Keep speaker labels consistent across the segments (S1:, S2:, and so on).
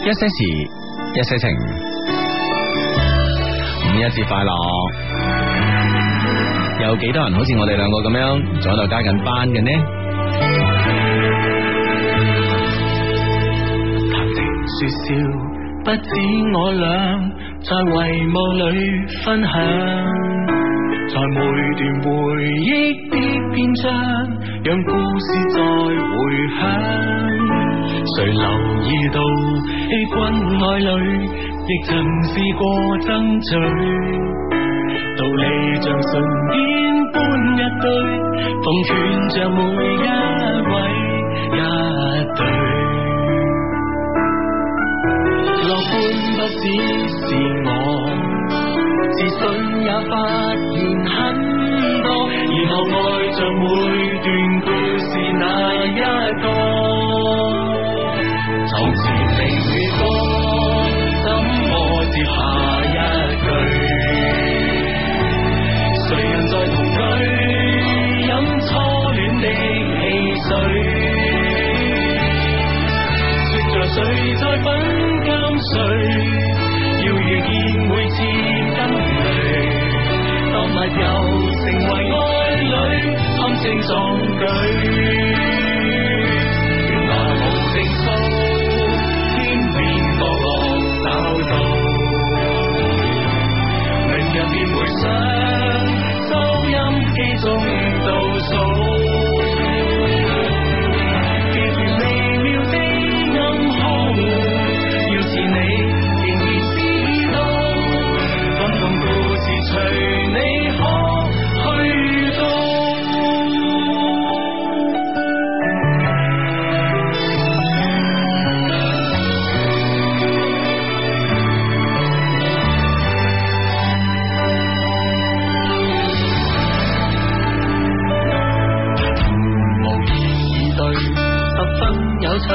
S1: 一些事，一些情，五一節快樂！有幾多人好似我哋兩個咁樣，仲喺度加緊班嘅呢？
S2: 談情說笑，不止我倆在遺忘裏分享，在每段回憶的篇章，讓故事再回響。誰留意到欺君愛侶，亦曾試過爭取。道理像唇邊般一堆，奉勸着每一位一對。樂觀不只是我，自信也發現很多，然後愛着每段故事那一個。從前你與我，怎麼接下一句？誰人在同居，飲初戀的汽水？說着誰在分擔誰，要遇見每次跟累，當日又成為愛侶，堪稱壯舉。原來無情數，天邊角落找到，明日便回想，收音機中倒數。記住微妙的暗號，要是你仍然知道，感動故事隨你可去到。無言以對，十分有趣，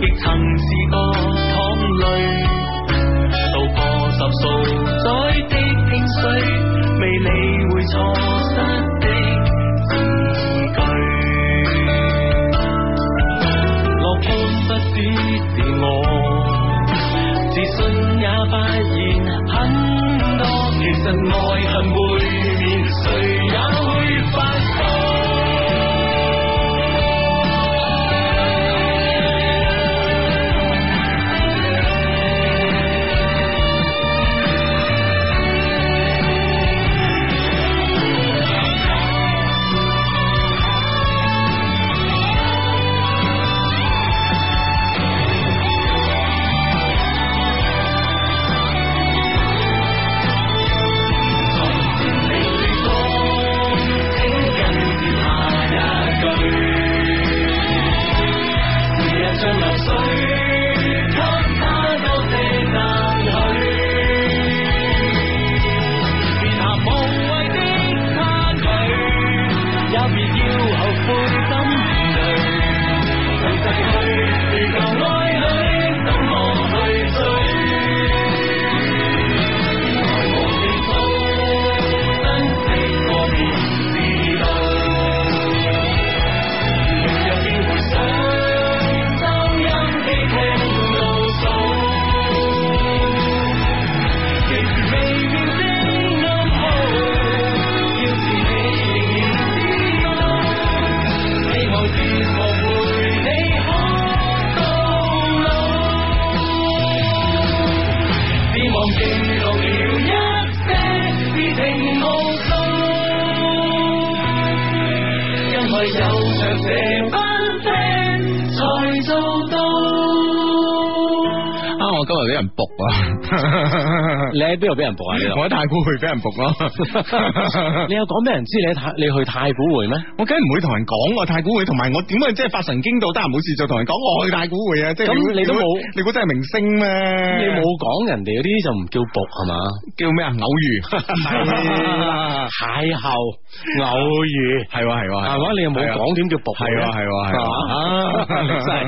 S2: 亦曾試過淌淚。渡過十數載的興衰，未理會錯失的字句。樂觀不只是我，自信也發現很多。其實愛恨會面，誰也會發覺。從前你與我，請緊接下一句。時日像流水，給他多些讚許。別談無謂的差距，也別要後悔心碎。從逝去，如舊愛侶，怎麼去追？來無情數，珍惜過便知道。明日便回想，收音機聽倒數，記住微妙的暗號。要是你仍然知道，希望自學會你可到老。只望記錄了一些事情無數，因為有着這班 friend 才做到。
S1: 啊！我今日俾人仆 啊！
S3: 你喺邊度俾人仆啊？你度
S1: 我喺太古匯俾人仆咯。
S3: 你有講俾人知你喺太你去太古匯咩？
S1: 我梗係唔會同人講我太古匯，同埋我點解即係發神經到得閒冇事就同人講我去太古匯啊！即係
S3: 咁
S1: 估
S3: 你都
S1: 估
S3: 冇
S1: 你估真係明星咩？
S3: 你冇講人哋嗰啲就唔叫仆係嘛？
S1: 叫咩啊？偶遇係
S3: 邂逅偶遇
S1: 係喎係喎啊
S3: 係嘛？你又冇講點叫仆
S1: 係喎係喎係
S3: 係
S1: 喎
S3: 嘛？
S1: 啊！真係，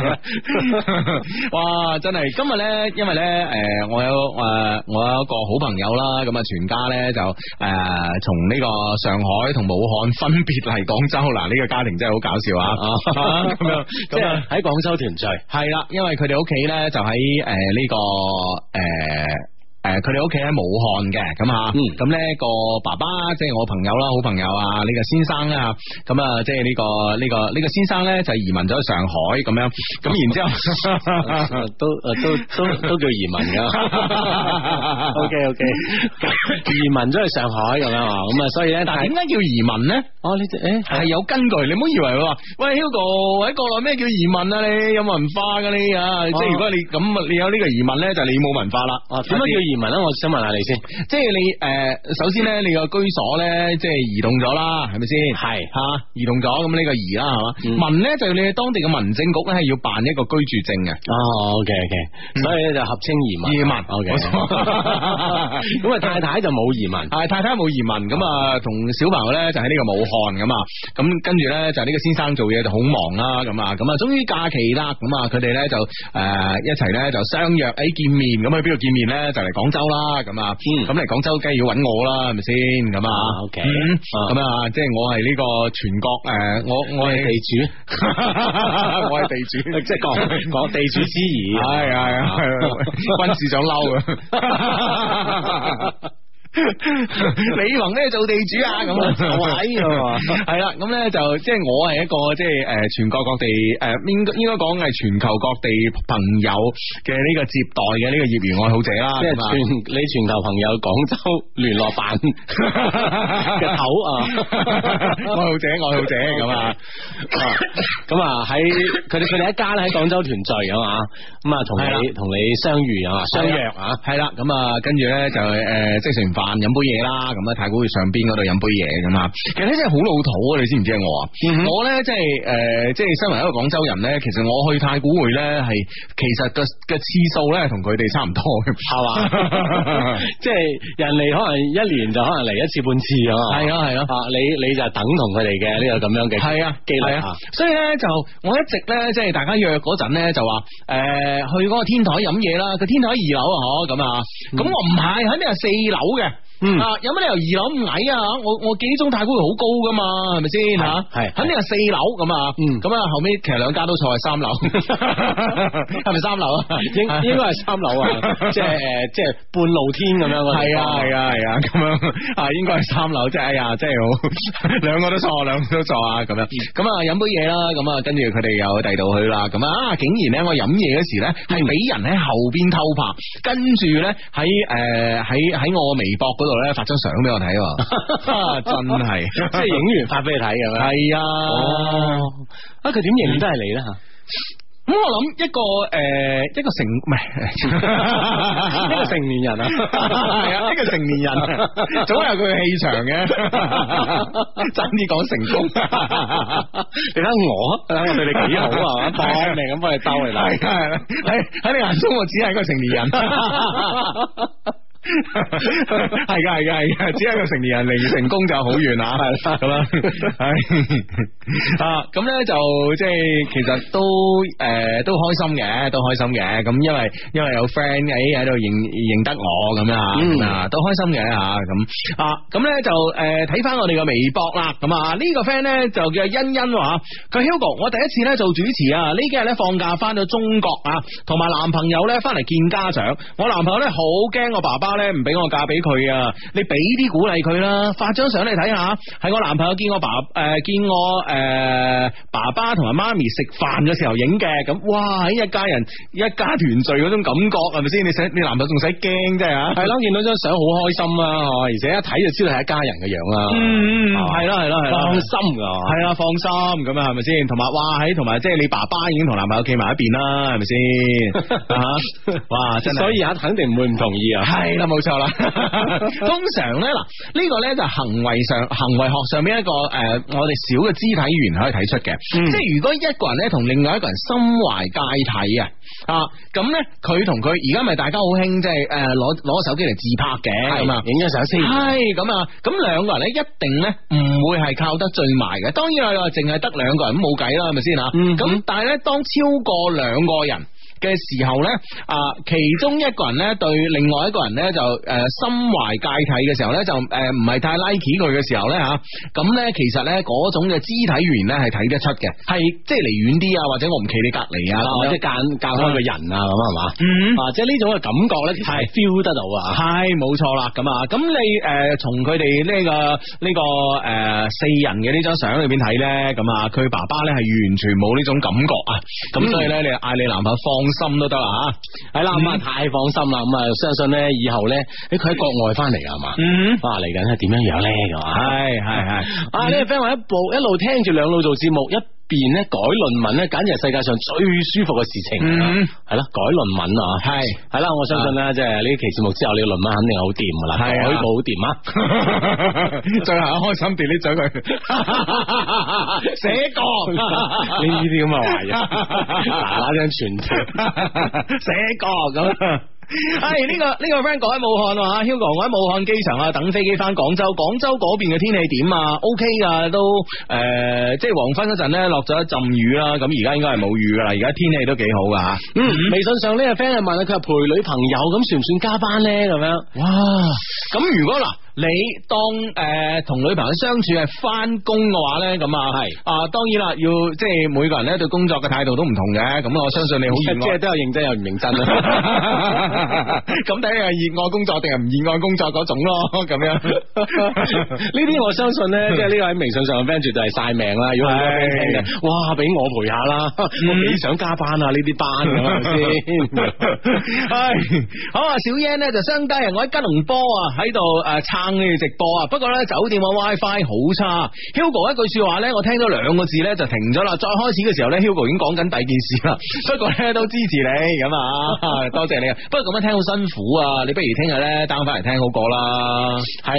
S1: 哇！真係今日咧，因為為咧诶、誒我有诶、我有一個好朋友啦，咁啊全家咧就诶從呢個上海同武漢分別嚟廣州，嗱、呢、個家庭真係好搞笑啊！ 咁樣
S2: 即
S1: 咁啊
S2: 係喺廣州團聚，
S1: 系啦，因为佢哋屋企咧就喺诶呢个诶。诶，誒佢哋屋企喺武漢嘅，咁吓，
S2: 嗯
S1: 咁呢個爸爸即係我朋友啦，好朋友啊，呢、個先生咧咁啊，即係呢、個呢、個呢、個先生咧就移民咗去上海咁樣， 咁然之後
S2: 都誒都都都叫移民 噶。O K O K，移民咗去上海咁樣啊，咁啊，所以咧，
S1: 但係點解叫移民咧？
S2: 哦呢只誒
S1: 係有根據，你唔好以為佢話，喂 Hugo 喺國內咩叫移民啊？你有冇文化噶你啊？即係如果你咁你有呢個移民咧，就係你冇文化啦。
S2: 哦點解叫移民
S1: 啊
S2: 咧？我想問下你先，
S1: 即系你诶、呃首先咧，你個居所咧，即係移動咗啦，係咪先？
S2: 係
S1: 吓、移動咗，咁呢個移啦，係嘛？
S2: 嗯
S1: 民咧就要你去當地嘅民政局咧係要辦一個居住證嘅。嗯
S2: 哦，O K O K，所以咧就合稱移民，
S1: 移民
S2: ，O K，
S1: 冇錯
S2: 咁啊太太就冇移民，
S1: 啊，太太冇移民咁啊，同小朋友咧就喺呢個武漢咁啊，咁跟住咧就呢個先生做嘢就好忙啦，咁啊，咁啊，終於假期啦，咁啊，佢哋咧就诶、呃一齊咧就相約诶見面，咁去邊度見面咧就嚟廣州啦，咁啊，
S2: 嗯
S1: 咁嚟廣州梗係要揾我啦，係咪先？咁啊
S2: 啊，OK，
S1: 嗯
S2: 啊
S1: 咁啊，即係我係呢個全國诶、呃我我係
S2: 地主，
S1: 我係地主，
S2: 即係講講地主之
S1: 系系
S2: 誼，
S1: 軍事長嬲啊！ 李宏咧做地主啊，咁啊，
S2: 位啊嘛
S1: 系啦，咁咧就即系我系一个即系诶全國各地诶应該应该讲系全球各地朋友嘅呢個接待嘅呢個業餘愛好者啦，
S2: 即係
S1: 咁啊
S2: 全你全球朋友廣州聯絡辦嘅頭啊，
S1: 愛好者愛好者咁啊。
S2: 啊咁啊喺佢哋佢哋一家咧喺廣州團聚啊嘛，咁啊同
S1: 係
S2: 你同你相遇啊嘛，相約啊，
S1: 系啦，咁啊，跟住咧就诶，即系食完飯飲杯嘢啦，咁啊，太古匯上邊嗰度飲杯嘢咁啊。其實咧真係好老土啊，你知唔知啊我啊？
S2: 嗯
S1: 我咧即係诶，呃即係身為一個廣州人咧，其實我去太古匯咧係其實個嘅次數咧同佢哋差唔多嘅。
S2: 係 嘛， 即係人哋可能一年就可能嚟一次半次啊嘛，
S1: 係啊係啊
S2: 啊你你就等同佢哋嘅呢個咁樣嘅
S1: 係啊，
S2: 記
S1: 係
S2: 錄
S1: 啊
S2: 啊，，
S1: 所以咧就我一直咧即係大家約嗰陣咧就話诶、呃去嗰個天台飲嘢啦，個天台二樓啊，嗬咁啊，咁我唔係肯定係四樓嘅。
S2: 嗯
S1: 啊，有乜理由二樓咁矮啊？我我記憶中太古匯好高噶嘛，係咪先吓？
S2: 係係
S1: 肯定係四樓咁啊。
S2: 嗯
S1: 咁啊後尾其實兩家都坐喺 三樓，係咪三樓啊？
S2: 應應該係三樓 啊，即係誒即係半露天咁樣嗰啲
S1: 係啊係啊 係啊，咁樣啊應該係三樓，即係哎呀，即係好兩個都錯，兩個都錯啊咁樣。
S2: 嗯
S1: 咁啊飲杯嘢啦，咁啊跟住佢哋又第度去啦，咁啊竟然咧我飲嘢嗰時咧係
S2: 嗯
S1: 俾人喺後邊偷拍，跟住咧喺誒喺喺我微博嗰度咧發張相俾我睇喎， 真係
S2: 即係影完發俾你睇咁樣。
S1: 係啊。
S2: 哦，啊佢點認得係你咧嚇？
S1: 嗯咁我諗一個诶、一個成唔係
S2: 一個成年人啊，
S1: 係啊，一個成年人，總有佢嘅氣場嘅， 爭啲講成功。
S2: 你睇我，你睇我對你幾 好啊，係嘛搏命咁幫你兜嚟
S1: 係
S2: 睇。
S1: 係喺喺你眼中，我只係一個成年人。係噶係噶係噶，只係一個成年人，離成功就好遠啊！咁啦，係啊，咁咧就即係其實都诶、呃都開心嘅，都開心嘅。咁因為因為有 friend 哎喺喺度認认得我咁啦，
S2: 嗯
S1: 咁啊都開心嘅吓咁啊咁咧就诶睇翻我哋嘅微博啦，咁啊呢個 friend 咧就叫欣欣話，佢 Hugo，我第一次咧做主持啊，呢幾日咧放假翻到中國啊，同埋男朋友咧翻嚟見家長，我男朋友咧好驚我爸爸咧唔俾我嫁俾佢啊，你俾啲鼓勵佢啦，發張相你睇下，係我男朋友見我爸诶、見我诶、呃爸爸同埋媽咪食飯嘅時候影嘅，咁哇喺一家人一家團聚嗰種感覺係咪先？你使你男朋友仲使驚啫吓？
S2: 係咯，見到張相好開心啊，係嘛而且一睇就知道係一家人嘅樣啊哦啦。
S1: 嗯，
S2: 係嘛
S1: 係啦係啦係啦，
S2: 放心啊㗎係嘛
S1: 系啦，放心咁啊，系咪先？同埋哇，喺同埋即系你爸爸已經同男朋友企埋一邊啦，係 咪先？啊，哇，真係
S2: 所以啊，肯定唔會唔同意啊。
S1: 係啦，冇錯 啦。通常咧嗱，呢、個咧就行為上、行為學上面一個诶、呃我哋小嘅肢體語言可以睇出嘅。
S2: 嗯
S1: 即係如果一個人咧同另外一個人心懷芥蒂啊，啊咁咧佢同佢而家咪大家好興即係诶攞攞手機嚟自拍嘅咁啊
S2: 係。影張相先。
S1: 系咁啊，咁兩個人咧一定咧唔會係靠得最埋嘅。當然啦，你話淨係得兩個人咁冇計啦，係咪先啊？
S2: 嗯
S1: 咁、但係咧，當超過兩個人。嘅時候咧，啊，其中一個人咧對另外一個人咧就诶、呃心懷芥蒂嘅時候咧，就诶唔係太 like 佢嘅時候咧吓，咁、呢，咧其實咧嗰種嘅肢體語言咧係睇得出嘅，係即係離遠啲啊，或者我唔企你隔離啊，
S2: 啊
S1: 咁
S2: 或
S1: 樣
S2: 者間間開個人啊咁係嘛？
S1: 嗯
S2: 啊，即係呢種嘅感覺咧，其實係 feel 得到啊。
S1: 系冇错啦，咁啊，咁你诶从佢哋呢個呢、個诶、呃四人嘅呢張相裏边睇咧，咁啊佢爸爸咧係完全冇呢種感覺啊，咁
S2: 嗯
S1: 所以咧你嗌你男朋友放心都得啦
S2: 系啦，咁啊
S1: 嗯
S2: 太放心啦，咁啊相信咧以後咧，诶佢喺國外翻嚟㗎係嘛
S1: 吓，？嗯，
S2: 哇啊嚟緊係點樣樣咧咁
S1: 系
S2: 啊？
S1: 係係
S2: 啊呢個 friend 話一部一路聽住兩老做節目，一邊咧改論文咧，簡直係世界上最舒服嘅事情啊。
S1: 嗯
S2: 係啦，改論文啊，
S1: 係啊
S2: 係啦，我相信咧，即係呢期節目之後，你嘅論文肯定好掂㗎啦，
S1: 係啊
S2: 改到好掂啊。
S1: 最後開心 delete 咗佢，寫 過
S2: 呢啲咁嘅壞人，嗱嗱聲傳條，
S1: 寫過咁。 系呢、個呢、個 friend 講喺武漢啊，Hugo 我喺武漢機場啊，等飛機翻廣州，廣州嗰邊嘅天氣點啊？OK 噶，都诶、呃即係黃昏嗰陣咧落咗一陣雨啦，咁而家應該係冇雨噶啦，而家天氣都幾好噶吓。
S2: 嗯，微信上呢個 friend 係問啊，佢話陪女朋友咁算唔算加班咧？咁樣。
S1: 哇！咁如果嗱，你當诶同、女朋友相處係翻工嘅話咧，咁啊
S2: 係
S1: 啊，當然啦，要即係每個人咧對工作嘅態度都唔同嘅，咁我相信你好熱
S2: 即
S1: 愛
S2: 係。都有認真有唔認 真啦。
S1: 咁睇你係熱愛工作定係唔熱愛工作嗰種咯，咁 樣。
S2: 呢啲我相信咧，即係呢個喺微信上嘅 friend 絕對係晒命啦。如果好多 friend 聽嘅
S1: 係，
S2: 哇，俾我陪下啦，我幾想加班啊！呢啲班咁係咪先？
S1: 唉，好啊！小英咧就相低啊，我喺吉隆坡啊，喺度诶撑你哋直播啊。不過咧酒店嘅 WiFi 好差，Hugo 一句说話咧，我聽到兩個字咧就停咗啦。再開始嘅時候咧，Hugo 已經講緊第二件事啦。不過咧都支持你咁啊，多謝你啊。不過咁樣聽好辛苦啊，你不如聽日咧 down 翻嚟聽好過啦。
S2: 係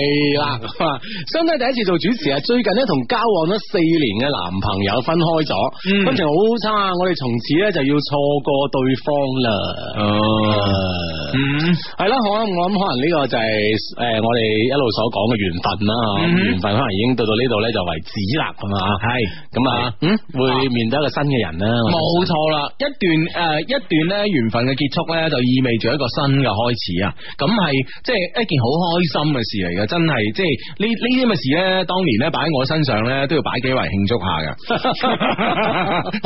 S2: 啦，咁啊相低第一次做主持啊，最近咧同交往咗四年嘅男朋友分開咗，
S1: 嗯
S2: 感情好差，我哋從此咧就要錯過對方啦。
S1: 嗯，
S2: 哦系啦，我諗我谂可能呢個就係诶我哋一路所講嘅緣分啦，
S1: 嗯
S2: 緣分可能已經到到呢度咧就為止啦，咁啊，
S1: 係
S2: 咁啊，嗯，會面對一個新嘅人啦，
S1: 冇錯啦，一段诶、呃一段咧緣分嘅結束咧，就意味住一個新嘅開始啊！咁係即係一件好開心嘅事嚟嘅，真係即係呢呢啲咁嘅事咧，當年咧擺喺我身上咧都要擺幾圍慶祝下嘅。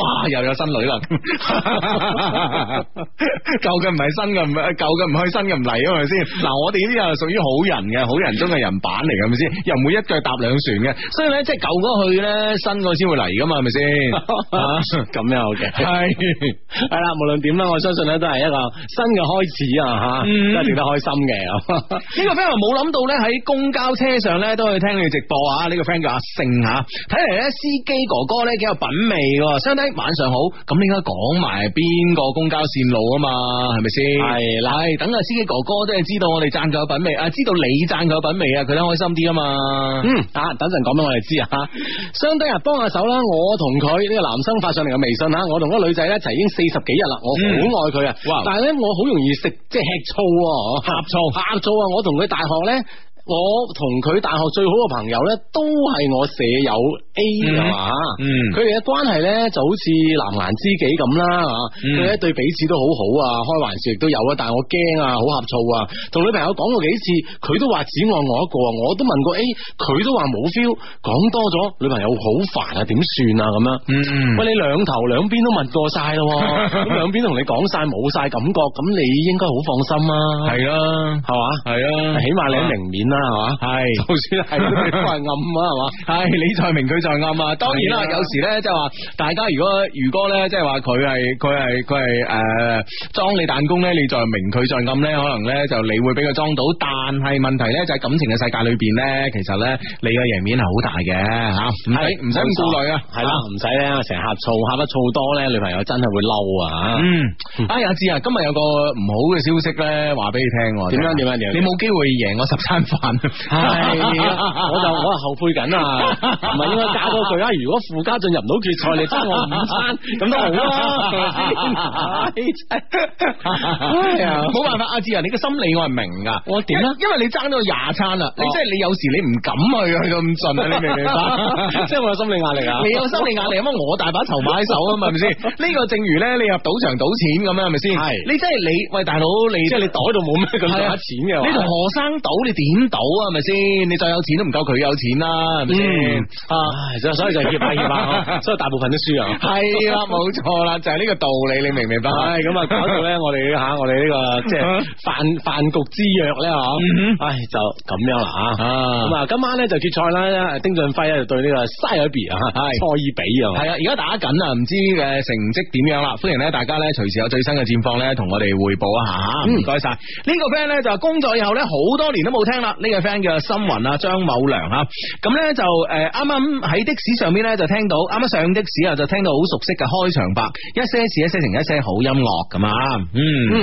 S1: 哇！又有新女啦， 舊嘅唔係新嘅，唔係舊嘅唔去，新嘅唔嚟啊，係咪先？嗱，我哋呢啲又屬於好人嘅，好人中嘅人版嚟嘅，係咪先？又唔會一腳踏兩船嘅，所以咧即係舊嗰去咧，新嗰先會嚟噶嘛，係咪先？啊
S2: 咁樣嘅，
S1: 系
S2: 係啦，無論點啦，我相信咧都係一個新嘅開始啊，吓，
S1: 嗯
S2: 都 係值得開心嘅。
S1: 呢個 friend 話冇諗到咧喺公交車上咧都去聽你直播啊！呢、個 friend 叫阿勝吓，睇嚟咧司機哥哥咧幾有品味喎。相低晚上好，咁你應該講埋邊個公交線路啊嘛，係咪先？
S2: 係啦
S1: 係等阿司機哥哥都係知道我哋讚佢有品味啊，知道你讚佢有品味啊，佢都開心啲啊嘛。
S2: 嗯，啊，等陣講俾我哋知啊，相低啊，幫下手啦！我同佢呢個男生發上嚟嘅微
S1: 啊
S2: 信吓，我同嗰個女仔咧一齊已經四十幾日啦，我好愛佢啊，
S1: 哇
S2: 但係咧我好容易食即係吃醋喎，哦
S1: 呷醋
S2: 呷醋啊！我同佢大學咧。我同佢大學最好嘅朋友咧，都係我舍友 A 啊嘛，
S1: 嗯
S2: 佢哋嘅關係咧就好似藍顏知己咁啦，啊
S1: 嗯
S2: 佢哋對彼此都好好啊，開玩笑亦都有啊，但係我驚啊，好呷醋啊，同女朋友講過幾次，佢都話只愛我一個啊，我都問過 A，佢都話冇 feel，講多咗，女朋友好煩啊，點算啊咁樣？
S1: 嗯
S2: 喂，你兩頭兩邊都問過晒 咯喎，咁兩邊都同你講晒冇晒感覺，咁你應該好放心啊，
S1: 係啦，
S2: 係嘛？
S1: 係啦，
S2: 起碼你喺明面啦，係嘛？
S1: 係
S2: 就算係你都係暗啊， 係嘛？
S1: 系你在明佢在暗 啊！當然啦，
S2: 係啊
S1: 有時咧即係話，大家如果如果咧即係話佢係佢係佢係诶装你彈弓咧，你在明佢在暗咧，可能咧就你會俾佢裝到，但係問題咧就喺感情嘅世界裏边咧，其實咧你嘅贏面係好大嘅吓，唔使唔使咁顧慮啊，
S2: 系啦，唔使咧，成日呷醋，呷得醋多咧，女朋友真係會嬲啊！
S1: 嗯，哎呀，知啊，今日有個唔好嘅消息咧，話俾你聽喎。
S2: 點樣點樣點樣
S1: 你冇機會贏我十餐飯
S2: 唉，
S1: 飯。
S2: 我就我就後悔緊啊，唔係應該加多句啊！如果附加進入唔到決賽，你爭我午餐咁都好啊，
S1: 唉真係冇
S2: 係咪先？
S1: 辦法，阿志仁，啊你嘅心理我係明噶。
S2: 我點啊哦
S1: 因因為你爭咗廿餐啊啦，你即係你有時你唔敢去去到咁盡啊，你明唔明白？
S2: 即係我有心理壓力啊！
S1: 你有心理壓力，咁我大把籌碼喺手啊嘛，係咪 先？呢個正如咧，你入賭場賭錢咁啊樣，係咪先？
S2: 係
S1: 你真係你，喂大佬，你
S2: 即係你袋度冇咩咁多
S1: 係啊
S2: 錢嘅話，
S1: 你同何生賭，你點賭啊？係咪先？你再有錢都唔夠佢有錢啦，係咪先
S2: 嗯？
S1: 啊！
S2: 唉，所以所以就協下協 下，所以大部分都輸啊。
S1: 系啦，冇錯 啦，就係呢個道理，你明唔明白？
S2: 唉，咁啊，搞到咧，我哋吓，我哋呢個 即係飯飯局之約咧，
S1: 嗯
S2: 嗬，唉，就咁樣啦啊。
S1: 啊
S2: 咁啊，今晚咧就決賽啦，丁俊暉咧就對呢個西爾比啊，
S1: 係
S2: 塞爾比啊，
S1: 系啊，而家打緊啊，唔知嘅成績點樣啦？歡迎咧，大家咧隨時有最新嘅戰況咧，同我哋匯報一下吓。唔該晒。呢個 friend 咧就係工作以後咧好多年都冇聽啦。呢個 friend 叫心雲啊，張某良啊。咁咧就诶啱啱喺的士上面咧就聽到，啱啱上的士啊就聽到好熟悉嘅開場白，一些事一些情一些好音樂咁啊。嗯。
S2: 嗯。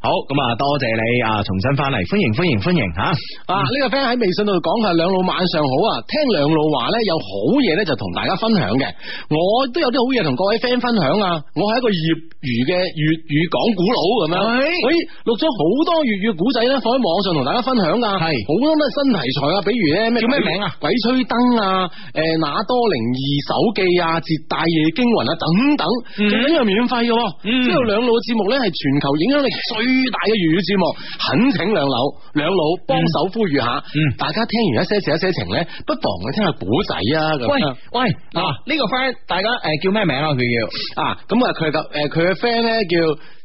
S1: 好，咁啊，多謝你啊，重新翻嚟，歡迎歡迎嗯歡迎吓，
S2: 啊！呢、個 friend 喺微信度講佢兩老晚上好啊，聽兩老話呢，有好嘢呢就同大家分享嘅，我都有啲好嘢同各位 friend 分享啊！我係一個業餘嘅粵語講古佬咁樣，
S1: 哎
S2: 喂，錄咗好多粵語古仔呢，放喺網上同大家分享噶，
S1: 係
S2: 好多都係新題材啊，比如呢咩
S1: 叫咩
S2: 鬼
S1: 名啊？
S2: 鬼吹燈啊，誒、那多靈異手記啊，節大夜驚魂啊等等，
S1: 嗯
S2: 最緊要係免費嘅喎，
S1: 嗯
S2: 呢度兩老嘅節目呢，係全球影響力最大嘅粵語節目，懇請兩老兩老幫手呼籲下，
S1: 嗯
S2: 大家聽完一些事一些情呢，不妨去聽下古仔啊咁。
S1: 喂喂，嗱、呢、個 friend 大家诶、呃叫咩名啊？佢叫。
S2: 啊，咁啊佢嘅
S1: 呃
S2: 誒佢嘅 friend 呢，叫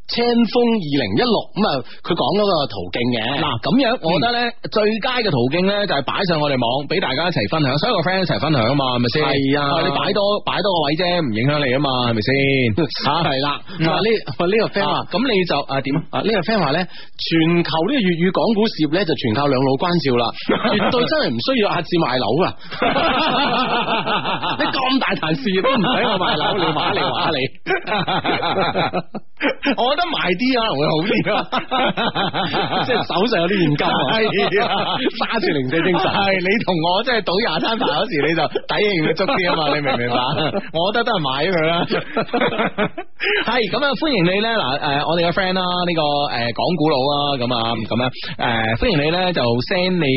S2: 青風二零一六，咁啊佢講嗰個途徑嘅。
S1: 嗱咁樣，我
S2: 嗯
S1: 覺得咧最佳嘅途徑咧就係擺上我哋網，俾大家一齊分享，所有個 friend 一齊分享啊嘛，係咪先？
S2: 係啊
S1: 你擺多擺多個位啫，唔影響你啊嘛，係 咪先？
S2: 啊，係啦，
S1: 嗯
S2: 啊呢喂呢個 friend 話
S1: 啊，咁你就啊點啊？
S2: 啊！呢、個 friend 話咧，全球呢個粵語港股事業咧就全靠兩老關 照啦，絕對真係唔需要阿志賣樓啊！ 你咁大壇事業都唔使我賣樓，你話你話 你，
S1: 我覺得買啲可能會好啲咯，
S2: 即係手上有啲現金啊，
S1: 係啊
S2: 揸住零舍精神。
S1: 係你同我即係賭廿餐飯嗰時，你就抵應佢足啲啊嘛，你明唔 明白？我覺得都係買咗佢啦。係咁啊，歡迎你咧嗱，誒我哋嘅 friend 啦，呢個誒港股佬啊，咁啊咁樣誒，歡迎你咧就 send 你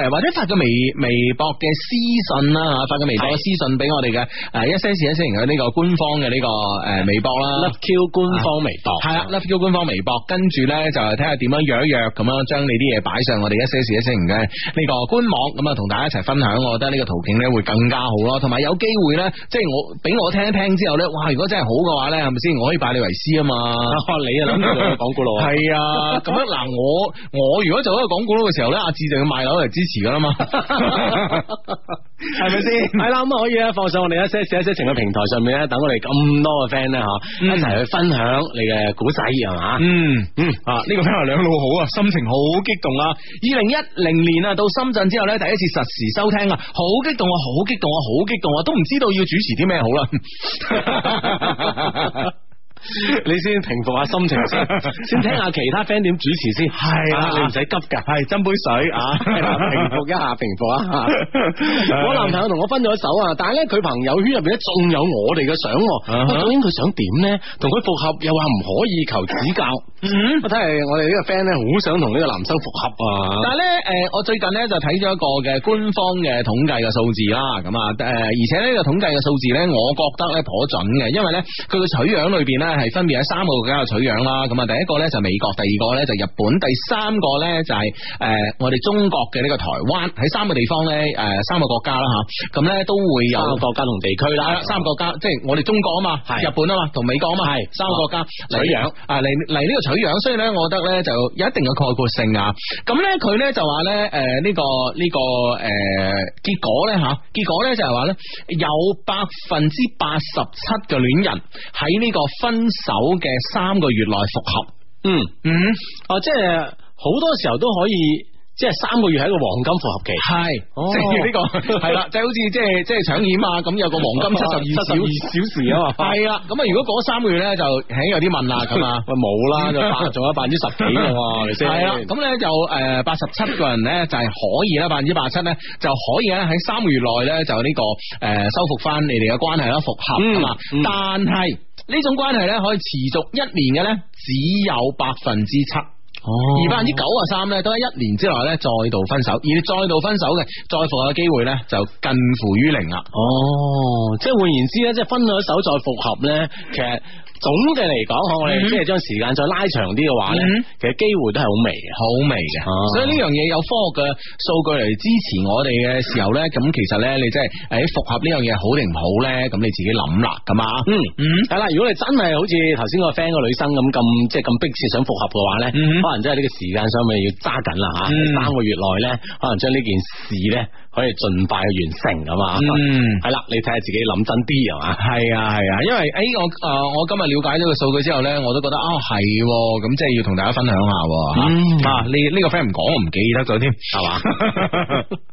S1: 誒誒或者發個微微博嘅私信啦嚇，發個微博嘅私信俾我哋嘅誒一些事一些情嘅呢個官方嘅呢個誒微博啦
S2: Love。Q 官方微博
S1: 系啊，Love You 官方微博，跟住咧就睇下點樣約一約咁樣，將你啲嘢擺上我哋一些事一些情嘅呢個官網，咁啊同大家一齊分享，我覺得呢個途徑咧會更加好咯，同埋有機會咧，即係我俾我聽一聽之後咧，哇！如果真係好嘅話咧，係咪先？我可以拜你為師啊嘛。
S2: 你啊諗住做港股佬啊
S1: 係啊，咁樣嗱，我我如果做一個講股佬嘅時候咧，阿志就要賣樓嚟支持噶啦嘛，係 咪先？
S2: 系啦，咁啊可以咧放上我哋一些事一些情嘅平台上面咧，啊等我哋咁多嘅 friend 咧
S1: 嗯
S2: 吓，一齊去分享你嘅古仔係嘛？
S1: 嗯嗯啊，呢、個 friend 話兩老好啊，心情好激動啊！二零一零年啊，到深圳之後呢，第一次實時收聽啊，好激動啊，好激動啊，好激動啊，都唔知道要主持啲咩好 啦。
S2: 你先平復下心情先，先聽下其他 friend 點主持先。
S1: 係啦
S2: 啊你唔使急㗎，
S1: 係斟杯水 啊，
S2: 係啦哎平復一 下，平復一下。我男朋友同我分咗手啊，但係咧佢朋友圈入邊咧仲有我哋嘅相喎，
S1: 啊哈
S2: 喂究竟佢想點咧？同佢復合又話唔可以，求指教。
S1: 嗯
S2: 我睇嚟我哋呢個 friend 咧好想同呢個男生復合啊。
S1: 但系咧，诶、我最近咧就睇咗一個嘅官方嘅統計嘅數字啦，咁啊，诶、而且呢個統計嘅數字咧，我覺得咧頗準嘅，因為咧佢嘅取樣裏边咧係分別喺三個國家嘅取樣啦，咁啊，第一個咧就美國，第二個咧就日本，第三個咧就係诶我哋中國嘅呢個台灣，喺三個地方咧，诶、三個國家啦吓，咁咧都會有
S2: 三個國家同地區啦
S1: 係啦，三個國家，即係我哋中國啊嘛，
S2: 啊係哦
S1: 日本啊嘛，同美國啊嘛，係三個國家
S2: 取樣
S1: 啊嚟嚟呢個取樣，所以咧，我覺得咧就有一定嘅概括性啊。咁咧佢咧就話咧誒呢個呢、個誒、結果咧嚇，結果咧就係話咧有百分之八十七嘅戀人喺呢個分手嘅三個月內復合。
S2: 嗯。
S1: 嗯。
S2: 哦，即系好多时候都可以即系三个月系一个黄金复合期。
S1: 系，
S2: 哦
S1: 即系呢个系啦，就好似即系即系抢险啊，咁有个黄金 七十二小
S2: 72小時啊嘛
S1: 系啦，咁啊，如果嗰三個月咧就係有啲問啦，咁啊。
S2: 喂冇啦，就百仲有百分之十几 嘅喎，係咪
S1: 系
S2: 先？
S1: 啦，咁咧就诶八十七個人咧就係可以啦，百分之八七咧就可以咧喺三個月內咧就呢個诶修復翻你哋嘅關係啦，復合啊嘛。
S2: 嗯嗯
S1: 但係呢種關係咧可以持續一年嘅咧只有百分之七。
S2: 哦，
S1: 而百分之九啊三咧，都喺一年之內咧再度分手，而你再度分手嘅再復合嘅機會咧就近乎於零啦。
S2: 哦，即系换言之咧，即系分咗手再复合咧，其实总嘅嚟讲，可我哋
S1: 嗯哼
S2: 即系将时间再拉长啲嘅话咧
S1: 嗯哼，
S2: 其实机会都系好微嘅。
S1: 好微嘅，
S2: 哦
S1: 所以呢樣嘢有科學嘅數據嚟支持我哋嘅時候咧，咁其實咧你即係喺復合呢樣嘢好定唔好咧，咁你自己諗啦，咁啊，
S2: 嗯。
S1: 嗯，
S2: 系啦，如果你真系好似头先個 friend 個女生咁咁，即系咁迫切想復合嘅話咧，
S1: 嗯哼
S2: 可能真係呢個時間上咪要揸緊啦吓，
S1: 嗯
S2: 三個月內咧，可能將呢件事咧可以盡快去完成咁嘛。
S1: 嗯。
S2: 係啦，你睇下自己諗真啲係嘛。
S1: 系啊系啊，因為诶、哎我诶、我今日了解咗個數據之後咧，我都覺得啊係喎，咁、即係要同大家分享下喎嚇
S2: 嗯
S1: 啊呢呢、個 friend 唔講我唔記得咗添，係 嘛？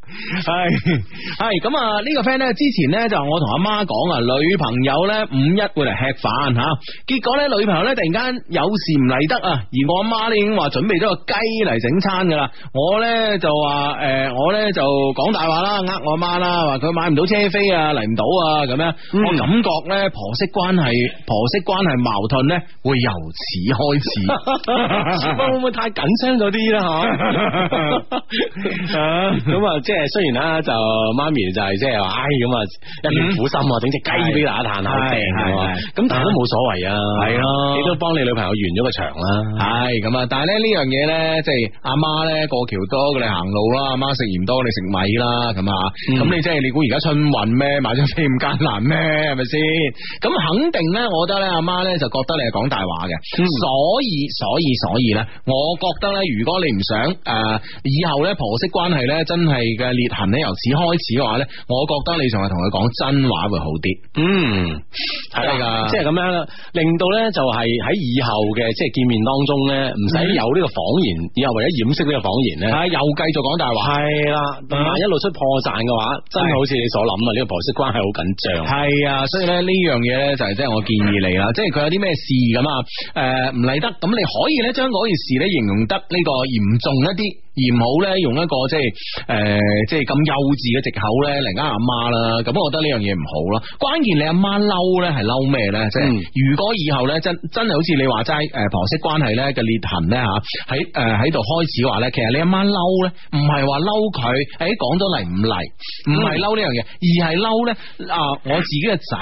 S1: 係係哎咁啊！呢、個 friend 咧之前咧就我同阿媽講啊，女朋友咧五一會嚟吃飯嚇、結果咧女朋友咧突然間有事唔嚟得啊，而我阿媽咧已經話準備咗個雞嚟整餐噶啦，我咧就話誒、我咧就講大話啦，呃我阿媽啦，話佢買唔到車飛啊，嚟唔到啊咁樣，
S2: 嗯
S1: 我感覺咧婆媳關係婆媳關係矛盾咧會由此開 始。
S2: 會唔會太緊張咗啲啦？ 咁啊，即係雖然啦，就媽咪就係即係話，唉咁啊，一片苦心啊，整隻雞俾大家嘆下好正啊
S1: 係係係
S2: 咁但係都冇所謂啊，
S1: 係咯
S2: 你都幫你女朋友完咗個場啦。
S1: 系咁啊！但系咧呢樣嘢咧，即係阿媽咧過橋多，你行路啦；阿媽食鹽多，你食米啦。咁啊，
S2: 嗯
S1: 咁、你即係你估而家春運咩？買張飛咁艱難咩？係咪先？咁肯定咧，我覺得咧，阿媽咧就覺得你係講大話嘅。
S2: 嗯
S1: 所以，所以，所以咧，我覺得咧，如果你唔想诶、呃以後咧婆媳關係咧真係嘅裂痕咧由此開始嘅話咧，我覺得你仲係同佢講真話會好啲。
S2: 嗯，系
S1: 真係㗎
S2: 啦，即系咁样啦，令到咧就系喺以后嘅即系见面当中咧，唔使有呢个谎言，以后为咗掩饰呢个谎言咧，
S1: 啊，又繼續講大話。嗯
S2: 系啦，万一露出破绽嘅话，真系好似你所谂啊，呢个婆媳关系好紧张。
S1: 系啊，所以咧呢样嘢咧就系即系我建议你啦，即系佢有啲咩事咁啊，诶唔嚟得，咁你可以咧将嗰件事咧形容得呢个严重一啲，而唔好咧用一个即系诶、呃即系咁幼稚嘅藉口咧嚟呃阿妈啦，咁我觉得呢样嘢唔好咯。关键你阿妈嬲咧系嬲咩咧？即系
S2: 嗯
S1: 如果以后咧真真系好似你话斋诶婆媳关系咧嘅裂痕咧吓喺诶呃喺度开始話咧，其實你阿媽嬲咧，唔係話嬲佢，诶講咗嚟唔嚟，唔係嬲呢樣嘢，而係嬲咧啊我自己嘅仔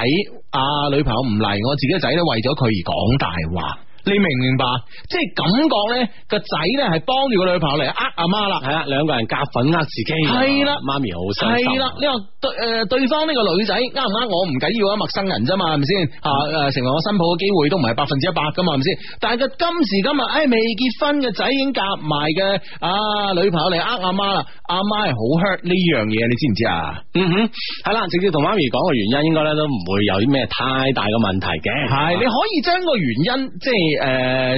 S1: 啊女朋友唔嚟，我自己嘅仔咧為咗佢而講大話。你明唔明白？即係感覺咧，個仔咧係幫住個女朋友嚟呃阿媽啦。
S2: 系啦，两个啊人夹粉呃自己，
S1: 係啦
S2: 妈咪好
S1: 系
S2: 伤心。
S1: 啦，你話對诶、對呃方呢個女仔啱唔啱我唔緊要啊，陌生人啫嘛，係咪先吓诶？誒成為我新抱嘅機會都唔係百分之一百噶嘛，係咪先？但係佢今時今日，诶、未結婚嘅仔已經夾埋嘅啊女朋友嚟呃阿媽啦，阿媽係好 hurt 呢樣嘢，你知唔知啊？
S2: 嗯哼，系啦，直接同妈咪讲嘅原因，应该咧都唔会有啲咩太大嘅问题嘅。
S1: 係，你可以將個原因即係诶、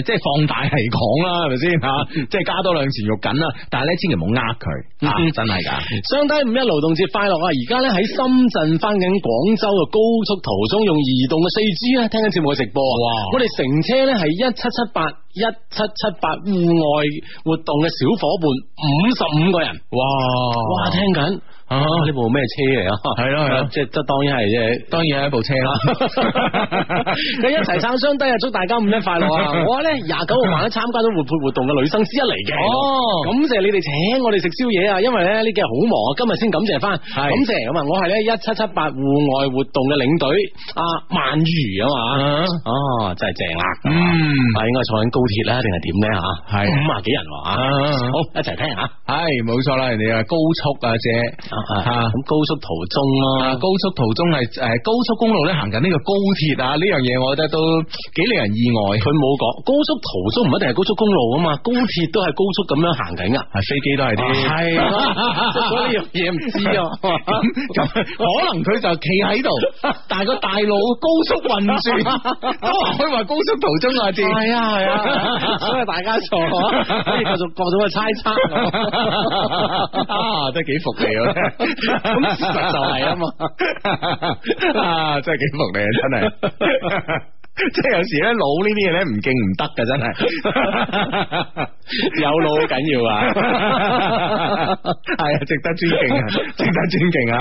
S1: 誒即系放大嚟講啦，係咪先吓？即係加多兩錢肉緊啦，但係咧千祈唔好呃佢啊
S2: 嗯，
S1: 真係㗎。
S2: 相低五一勞動節快樂啊！而家咧喺深圳翻緊廣州嘅高速途中，用移動嘅四 G 咧聽緊節目嘅直播。哇！我哋乘車咧係一七七八一七七八户外活動嘅小伙伴五十五個人。
S1: 哇
S2: 哇！聽緊
S1: 啊
S2: 呢部咩車嚟啊？
S1: 係咯係咯
S2: 即係即係當然係即係。
S1: 當然係一部車 啦。
S2: 你一齊撐雙低啊！祝大家五一快樂 啊！我咧廿九號晚咧參加咗活潑活動嘅女生之一嚟嘅。
S1: 哦
S2: 感謝你哋請我哋食宵夜啊！因為咧呢幾日好忙啊，今日先感謝翻。感謝咁啊！我係咧一七七八戶外活動嘅領隊阿萬如啊嘛。哦，真係正啦！
S1: 嗯
S2: 啊，應該坐緊高鐵啦，定係點咧嚇？
S1: 係
S2: 五啊幾人喎啊！
S1: 啊
S2: 好，一齊聽下。
S1: 系冇错啦，人哋啊高速啊姐，
S2: 啊
S1: 啊
S2: 咁高速途中咯，
S1: 啊，高速途中系诶高速公路咧行紧呢个高铁啊，呢样嘢我觉得都几令人意外。
S2: 佢冇講高速途中唔一定係高速公路啊嘛，高鐵都係高速咁樣行緊噶。
S1: 啊，飞机都系啲
S2: 啊係 咯所以呢樣嘢唔知啊
S1: 咁 咁可能佢就企喺度，但系个大脑高速运 转，都話可以话高速途中啊，字
S2: 係啊係 啊，所以大家傻，可以繼 續各種嘅猜測。
S1: 啊，真系几服你啊！
S2: 咁事實就係啊
S1: 嘛，啊，真系几服你啊， 真系。即系有时咧，脑呢啲嘢咧唔劲唔得噶， 真系有脑好紧要 啊，系啊，值得尊敬啊，值得尊敬啊。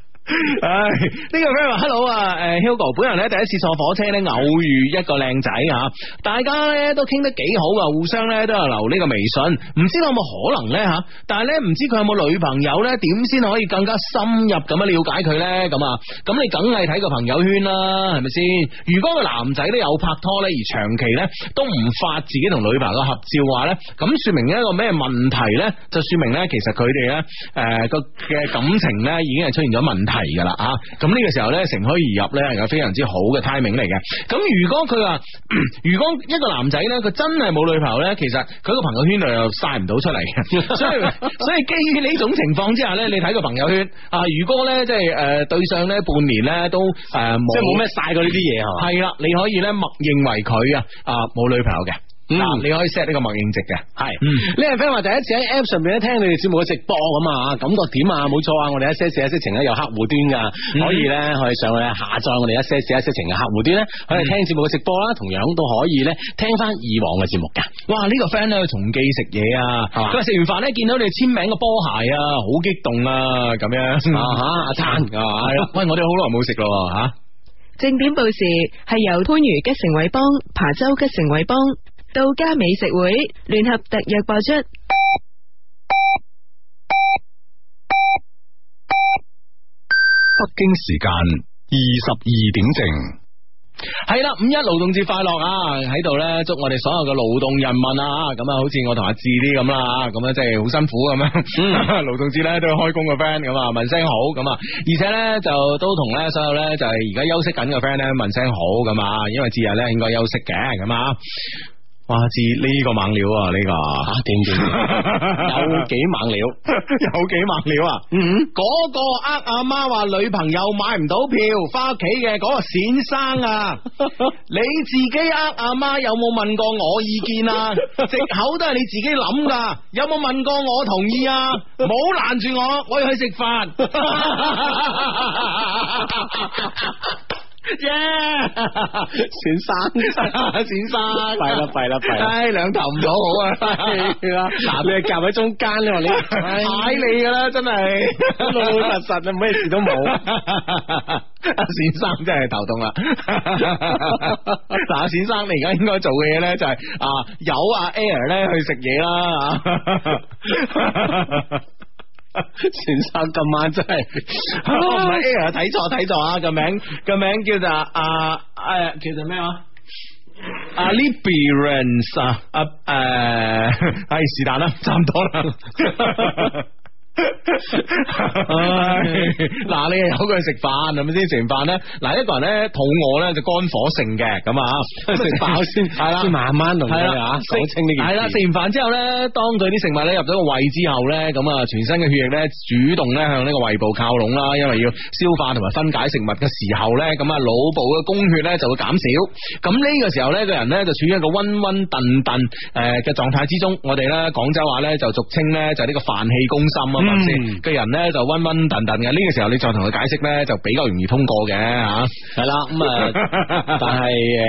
S1: 唉，呢、個个 friend 話 hello 啊，诶，Hugo，本人咧第一次坐火車咧，偶遇一個靚仔啊，大家咧都傾得幾好啊，互相咧都有留呢個微信，唔知道有冇可能咧吓，但係咧唔知佢有冇女朋友咧，點先可以更加深入咁樣了解佢咧？咁啊，咁你梗係睇個朋友圈啦，係咪先？如果個男仔咧有拍拖咧，而長期咧都唔發自己同女朋友嘅合照嘅話咧，咁說明一個咩問題咧？就說明咧，其實佢哋咧诶個嘅感情咧已經係出現咗問題噶啦啊！咁呢個時候咧，乘虛而入咧係有非常之好嘅 timing 嚟嘅。咁如果佢話， 如果一個男仔咧，佢真係冇女朋友咧，其實佢個朋友圈度又晒唔到出嚟嘅。 所以所以基於呢種情況之下咧，你睇個朋友圈啊，如果咧即係诶對上咧半年咧都诶
S2: 即係冇咩晒過呢啲嘢係嘛？
S1: 系啦，你可以咧默認為佢啊啊冇女朋友嘅，
S2: 嗯
S1: 啊你可以 set 呢個默認值嘅。
S2: 係
S1: 嗯
S2: 呢位 friend 話第一次喺 app 上面咧聽你哋節目嘅直播咁啊，感覺點啊？冇錯啊，我哋一些事一些情咧有客户端噶，
S1: 嗯
S2: 可以咧可以上去下載我哋一些事一些情嘅客户端咧，可
S1: 嗯
S2: 以聽節目嘅直播啦，同樣都可以咧聽翻以往嘅節目噶。
S1: 哇！呢、個 friend 咧去重記食嘢啊，
S2: 係嘛
S1: 佢話食完飯咧見到你簽名嘅波鞋啊，好激動啊，咁樣
S2: 啊哈，阿 燦
S1: 啊係啊，喂，我哋好耐冇食咯吓。
S4: 正点报时系由番禺吉成伟邦、琶洲吉成伟邦、到家美食会联合特约播出。
S5: 北京时间二十二点正。
S1: 系啦，五一劳动节快乐啊！喺度咧，祝我哋所有嘅劳动人民啊，咁啊，好似我同阿志啲咁啦，咁啊，即系好辛苦咁
S5: 嗯
S1: 样。 劳动节咧都要开工嘅 friend 咁啊，问声好咁啊，而且咧就都同咧所有咧就系而家休息紧嘅 friend 咧问声好咁啊，因为节日咧应该休息嘅咁啊。哇！志呢、個个猛料啊，呢、個
S2: 啊點點點有幾猛料。
S1: 有几猛料啊！
S2: 嗯，
S1: 嗰个呃阿妈话女朋友买唔到票翻屋企嘅嗰个冼生 啊，你自己呃阿妈有冇问过我意见啊？ 藉口都系你自己谂噶，有冇问过我同意啊？ 唔好拦住我，我要去食 饭。 耶！
S2: 先生，
S1: 冼 生，
S2: 弊啦弊啦弊啦哎
S1: 唉，两头唔到好啊，
S2: 係啦嗱，你係夾喺中間你話你
S1: 踩你噶啦，真系。
S2: 老老實實，你咩事都冇。
S1: 阿冼生真系头痛啦！嗱，阿冼生你而家应该做嘅嘢咧就系、啊，有阿 Air 咧去食嘢啦。
S2: 先生今晚真係
S1: 啊唔系 Air 睇错睇错啊，个名个名叫做啊诶、叫做咩话？啊 l i b e r a n c e 啊，啊 诶，唉是但啦， 差唔多啦。唉嗱，你又有佢食飯係咪先？食完飯咧，嗱一個人咧肚餓咧就肝火盛嘅咁啊，
S2: 食飽先，
S1: 係啦
S2: 先慢慢同
S1: 系
S2: 佢
S1: 啦
S2: 啊，講清呢件事。
S1: 系啦，食完飯之後咧，當佢啲食物咧入咗個胃之後咧，咁啊，全身嘅血液咧主動咧向呢個胃部靠攏啦，因為要消化同埋分解食物嘅時候咧，咁啊腦部嘅供血咧就會減少。咁呢個時候咧，個人咧就處於一個温温頓頓诶嘅狀態之中。我哋咧廣州話咧就俗稱咧就係呢個飯氣攻心啊，係咪先？個人咧就温温頓頓嘅。呢、個時候你再同佢解釋咧，就比較容易通過嘅吓。
S2: 系啦，咁啊，但係诶，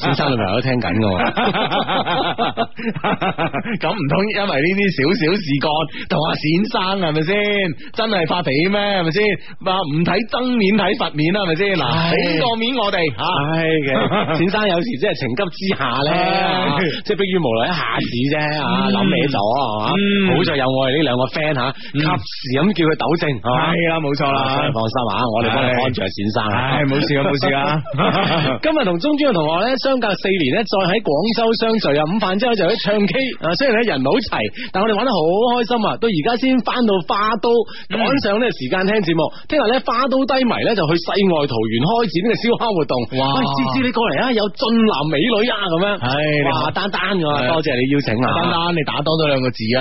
S2: 先生女朋友都聽緊嘅喎。
S1: 咁唔通因為呢啲小小事幹同阿冼生係咪先？真係發脾氣咩？係咪先？話唔睇僧面睇佛面啦，啊係咪先？嗱，
S2: 唉
S1: 俾個面我哋啊吓。
S2: 唉嘅，先生有時即係情急之下 咧
S1: 唉，
S2: 即係迫於無奈一下子啫，啊
S1: 嗯
S2: 諗起咗係嘛
S1: 嗯，
S2: 好在有我哋呢兩個 friend
S1: 啊
S2: 吓，及时咁叫佢纠正，系嘛？
S1: 系啦，冇错啦。
S2: 放心啊，我哋幫你看住阿先生啊
S1: 唉，。冇事啊，冇事 啊。
S2: 今日同中專嘅同學咧相隔四年咧，再喺廣州相聚啊！午飯之後就去唱 K 啊，雖然咧人唔好齊，但我哋玩得好開心啊！到而家先翻到花都，
S1: 嗯
S2: 趕上呢個時間聽節目。聽日咧花都低迷咧就去世外桃源開展呢個燒烤活動。
S1: 哇
S2: 喂，芝芝你過嚟啊！有俊男美女啊咁樣。
S1: 唉
S2: 哇，丹丹㗎
S1: 係
S2: 多謝你邀請啊！
S1: 丹丹，你打多咗两个字啊！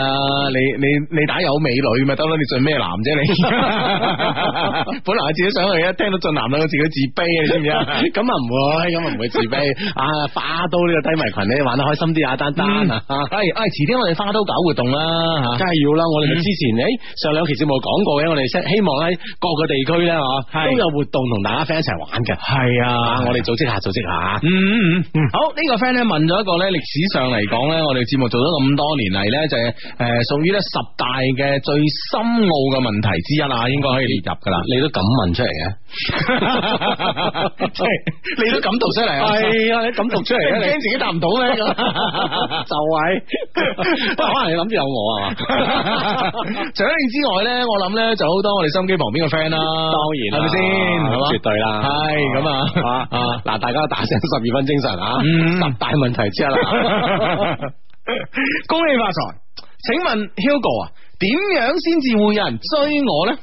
S1: 你你你打有美女咪得咯？你信咩男啫你？ 本来我自己想去啊，听到俊男两个字佢自卑啊，你知唔知 啊？
S2: 咁啊唔會，咁啊唔會自卑啊！花都呢個低迷群咧玩得開心啲啊，丹丹啊！
S1: 系系，迟哎啲我哋花都搞活动啦嗯吓
S2: 梗。系要啦，我哋咪之前诶、上兩期節目講過嘅，我哋希希望喺各個地區咧，
S1: 係
S2: 嗬都有活動同大家 friend 一齊玩嘅。
S1: 系
S2: 啊，
S1: 啊
S2: 我哋組織下，組織下。
S1: 嗯嗯嗯，好呢、個个 friend 咧問咗一個咧歷史上嚟講咧，我哋節目做咗咁多年嚟咧，就係诶屬於咧十大嘅最深奧嘅問題之一啊，應該可以列入噶啦。
S2: 你都敢問出嚟嘅？
S1: 即係你都感讀出嚟啊？
S2: 係啊，你敢讀出嚟
S1: 你
S2: 嘅
S1: 驚自己答唔到咩咁？
S2: 就 係，可能你諗住有我 啊嘛？
S1: 除咗你之外咧，我諗咧就好多我哋心機旁邊嘅 friend 啦，
S2: 當然啦
S1: 係咪先？係嘛
S2: 絕對啦，
S1: 係咁啊
S2: 啊！嗱，大家打醒十二分精神啊！
S1: 嗯
S2: 十大問題之一啦。
S1: 恭喜發財！請問 Hugo 啊，點樣先至會有人追我呢？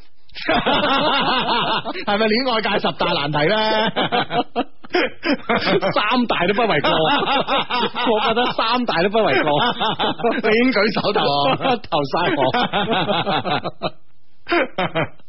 S1: 係咪戀愛界十大難題呢？
S2: 三大都不為過，我覺得三大都不為過。
S1: 你已經舉手投降
S2: 投晒我。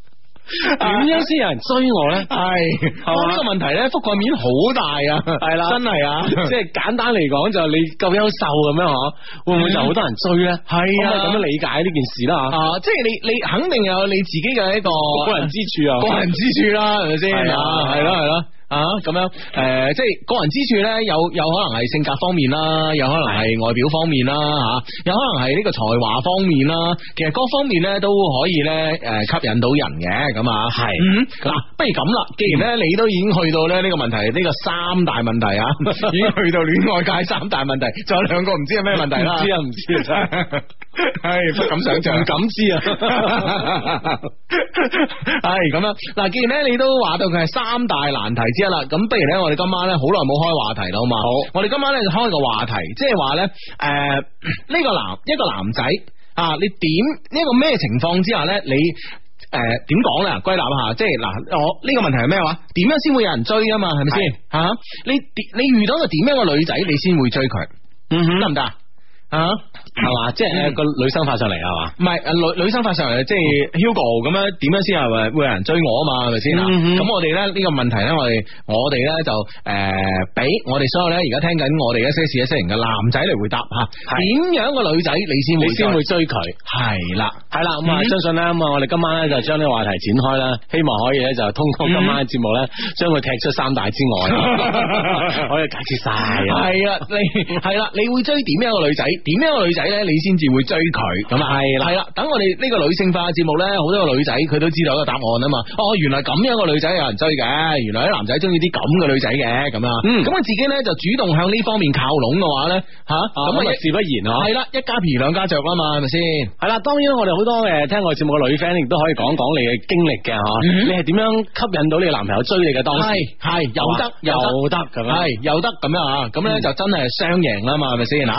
S2: 點樣先有人追 我咧？
S1: 系，
S2: 嘛
S1: 哇呢個問題咧覆蓋面好大啊，
S2: 係啦
S1: 真係啊，
S2: 即係簡單嚟講，就你夠優秀咁樣嗬，會唔會就好多人追咧？
S1: 係啊
S2: 可唔可以咁樣理解呢件事啦
S1: 啊，
S2: 吓。
S1: 即係你你肯定有你自己嘅一個
S2: 個人之處啊，
S1: 個人之處啦，係咪先？
S2: 係啊
S1: 啊係咯係咯。啊，咁樣诶、誒即係個人之處咧，有有可能係性格方面啦，有可能係外表方面啦，吓、有可能係呢個才華方面啦，其實各方面咧都可以咧诶、誒吸引到人嘅，咁啊，係，嗯，嗱，不如咁啦，既然咧
S2: 嗯
S1: 你都已經去到咧呢個問題，呢、個三大問題 啊，已經去到戀愛界三大問題，仲有兩個唔知係咩問題啦，
S2: 唔知啊唔知啊真 係
S1: 系不敢啊想象，
S2: 唔敢知啊。
S1: 系咁样，嗱，既然咧你都话到佢系三大难题之一啦，咁不如咧我哋今晚咧好耐冇开话题啦，好嘛？好，我哋今晚咧就开个话题，即系话咧，诶、呢、個个男一个男仔啊，你点呢、個个咩情况之下咧，你诶点讲咧？归纳下，啊即系嗱，我呢、個个问题系咩话？点样先会有人追啊嘛？系咪先吓？啊你你遇到一个点样嘅女仔，你先会追佢，
S2: 嗯哼
S1: 得唔得啊？啊？
S2: 係嘛？即係
S1: 嗯
S2: 個女生發上嚟啊
S1: 唔
S2: 係嘛？
S1: 系女女生發上嚟，即係 Hugo 咁樣點樣先係會有人追我啊嘛？係咪先啊？
S2: 嗯哼
S1: 咁、我哋咧呢個問題咧，我哋我哋咧就诶俾、我哋所有咧而家聽緊我哋一些事一些人嘅男仔嚟回答吓，點樣個女仔你先會
S2: 你先會追佢。
S1: 係啦，
S2: 系啦，咁啊，
S1: 嗯
S2: 相信咧，咁啊，我哋今晚咧就將呢個話題展開啦，希望可以咧就通過今晚嘅節 目咧，將佢踢出三大之外，啊可以解決晒啊。
S1: 係啦， 你係啦，你會追點樣個女仔？點樣個女仔咧，你先至會追佢咁啊？係啦，系啦，等我哋呢個女性化嘅節目咧，好多個女仔佢都知道一個答案啊嘛。哦，原來咁樣個女仔有人追嘅，原來啲男仔中意啲咁嘅女仔嘅咁啊。
S2: 嗯
S1: 咁我自己咧就主動向呢方面靠攏嘅話咧，吓咁
S2: 咁
S1: 啊
S2: 啊，
S1: 一
S2: 事不然嗬。
S1: 係啦，一家皮兩家着啊嘛，係咪先？
S2: 系啦，當然我哋好多诶聽我哋節目嘅女 friend 亦都可以講講你嘅經歷嘅嗬，
S1: 嗯
S2: 你係點樣吸引到你嘅男朋友追你嘅當時？
S1: 係係又哎得
S2: 又
S1: 又得。
S2: 得咁樣。
S1: 系又得咁样啊，咁咧就真系双赢啦嘛，系咪先啊？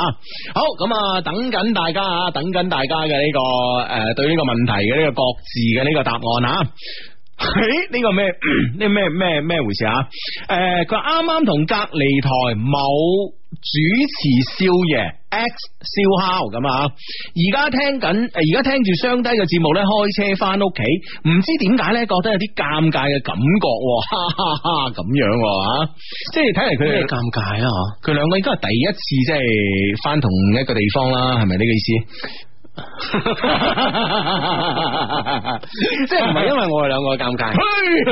S1: 好咁啊，等紧大家啊，等紧大家嘅呢、個个诶、對对呢个问题嘅呢、個个各自嘅呢个答案啊。嘿，呢个咩 呢咩咩咩回事啊？诶、佢話啱啱同隔離台某主持少爺 X 燒烤咁啊，而家聽緊，呃而家聽住雙低嘅節目咧，開車翻屋企，唔知點解咧，覺得有啲尷尬嘅感覺喎， 哈哈哈咁樣喎啊！即係睇嚟
S2: 咩
S1: 佢哋
S2: 尷尬啊？嗬，
S1: 佢兩個應該係第一次即係翻同一個地方啦，係咪呢個意思？
S2: 即係唔係因為我哋兩個尷 尬？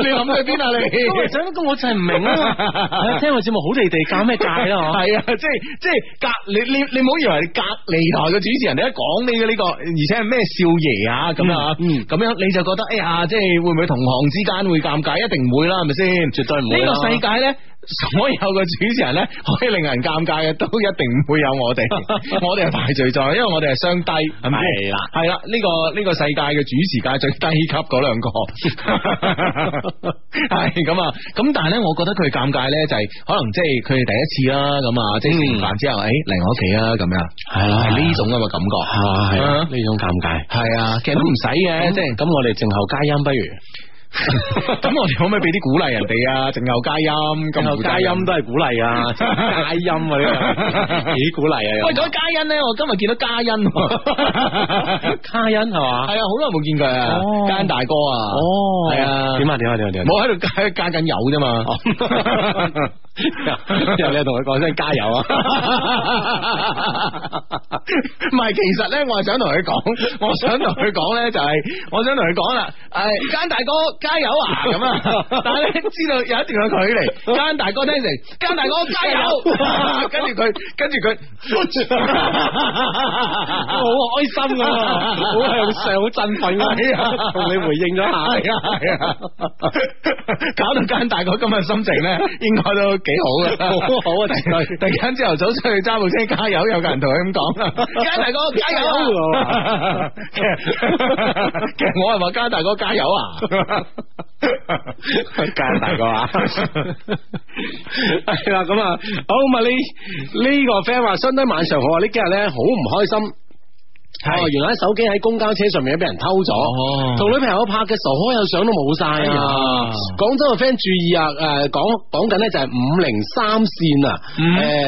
S1: 你諗去邊啊
S2: 咁咪就係咁我就係唔 明啊嘛！聽我節目好地地尷咩尬啦？嗬。
S1: 系啊，即系即系隔你你你唔好以为你隔離台嘅主持人，你一講你嘅呢個，而且係咩少爺啊咁啊，
S2: 嗯嗯
S1: 咁樣你就覺得哎呀，即係會唔會同行之間會尷尬？一定唔會啦，係咪先？
S2: 絕對唔會
S1: 呢
S2: 啦
S1: 個世界咧，所有嘅主持人咧，可以令人尷尬嘅，都一定唔會有我 哋，我哋係排除在，因為我哋係雙低，係咪？
S2: 係啦，
S1: 係啦，呢、個呢、個世界嘅主持界最低級嗰兩 個，係咁啊。咁但係咧，我覺得佢尷尬咧，就係、可能即係佢哋第一次啦，咁啊，即係食完飯之後，誒嚟、我屋企啊，咁樣
S2: 係嗯啦
S1: 係呢種咁嘅感覺。
S2: 啊，係啊
S1: 啊
S2: 呢種尷尬。
S1: 係啊，其實都唔使嘅，即係
S2: 咁，我哋靜候佳音不如。
S1: 咁我哋可唔可以俾啲鼓勵人哋啊？靜候佳音，咁
S2: 靜候佳音都係鼓勵啊，佳音啊呢 個幾鼓勵啊。
S1: 喂，講起嘉欣咧，我今日見到嘉欣喎，
S2: 嘉欣係嘛？
S1: 係啊，好耐冇見佢啊
S2: 哦，
S1: 嘉欣大哥啊，
S2: 哦，
S1: 係啊
S2: 點啊點啊點啊點啊！
S1: 冇喺度加加緊油啫嘛，
S2: 之後你又同佢講聲加油啊！
S1: 唔係，其實咧，我係想同佢 講，我想同佢講咧，就係、我想同佢講啦，誒，奸大哥加油啊，咁啊， 但係咧知道有一段嘅距離，奸大哥聽成，奸大哥加油，跟住佢，跟住佢，
S2: 好開心啊！好向上，好振奮
S1: 係
S2: 啊！
S1: 啊
S2: 同你回應咗 下，哎
S1: 係啊係啊，搞到奸大哥今日心情咧，應該都幾好嘅，
S2: 好好啊
S1: 突然突然間朝頭早出去揸部車加油，有個人同佢咁 講，奸大哥加油啊！其實其實我係話奸大哥加油 啊！
S2: 加油大哥啊！ 係啦，咁啊，好咁啊，呢呢個 friend 話，相低晚上好啊，呢幾日咧好唔開心。
S1: 係
S2: 哦，原來手機喺公交車上面咧俾人偷咗，
S1: 哦
S2: 同、女朋友拍嘅傻可有相都冇晒
S1: 哎
S2: 啊
S1: 呀！
S2: 廣州嘅 friend 注意啊！誒、講講緊咧就係五零三線啊，
S1: 嗯
S2: 誒、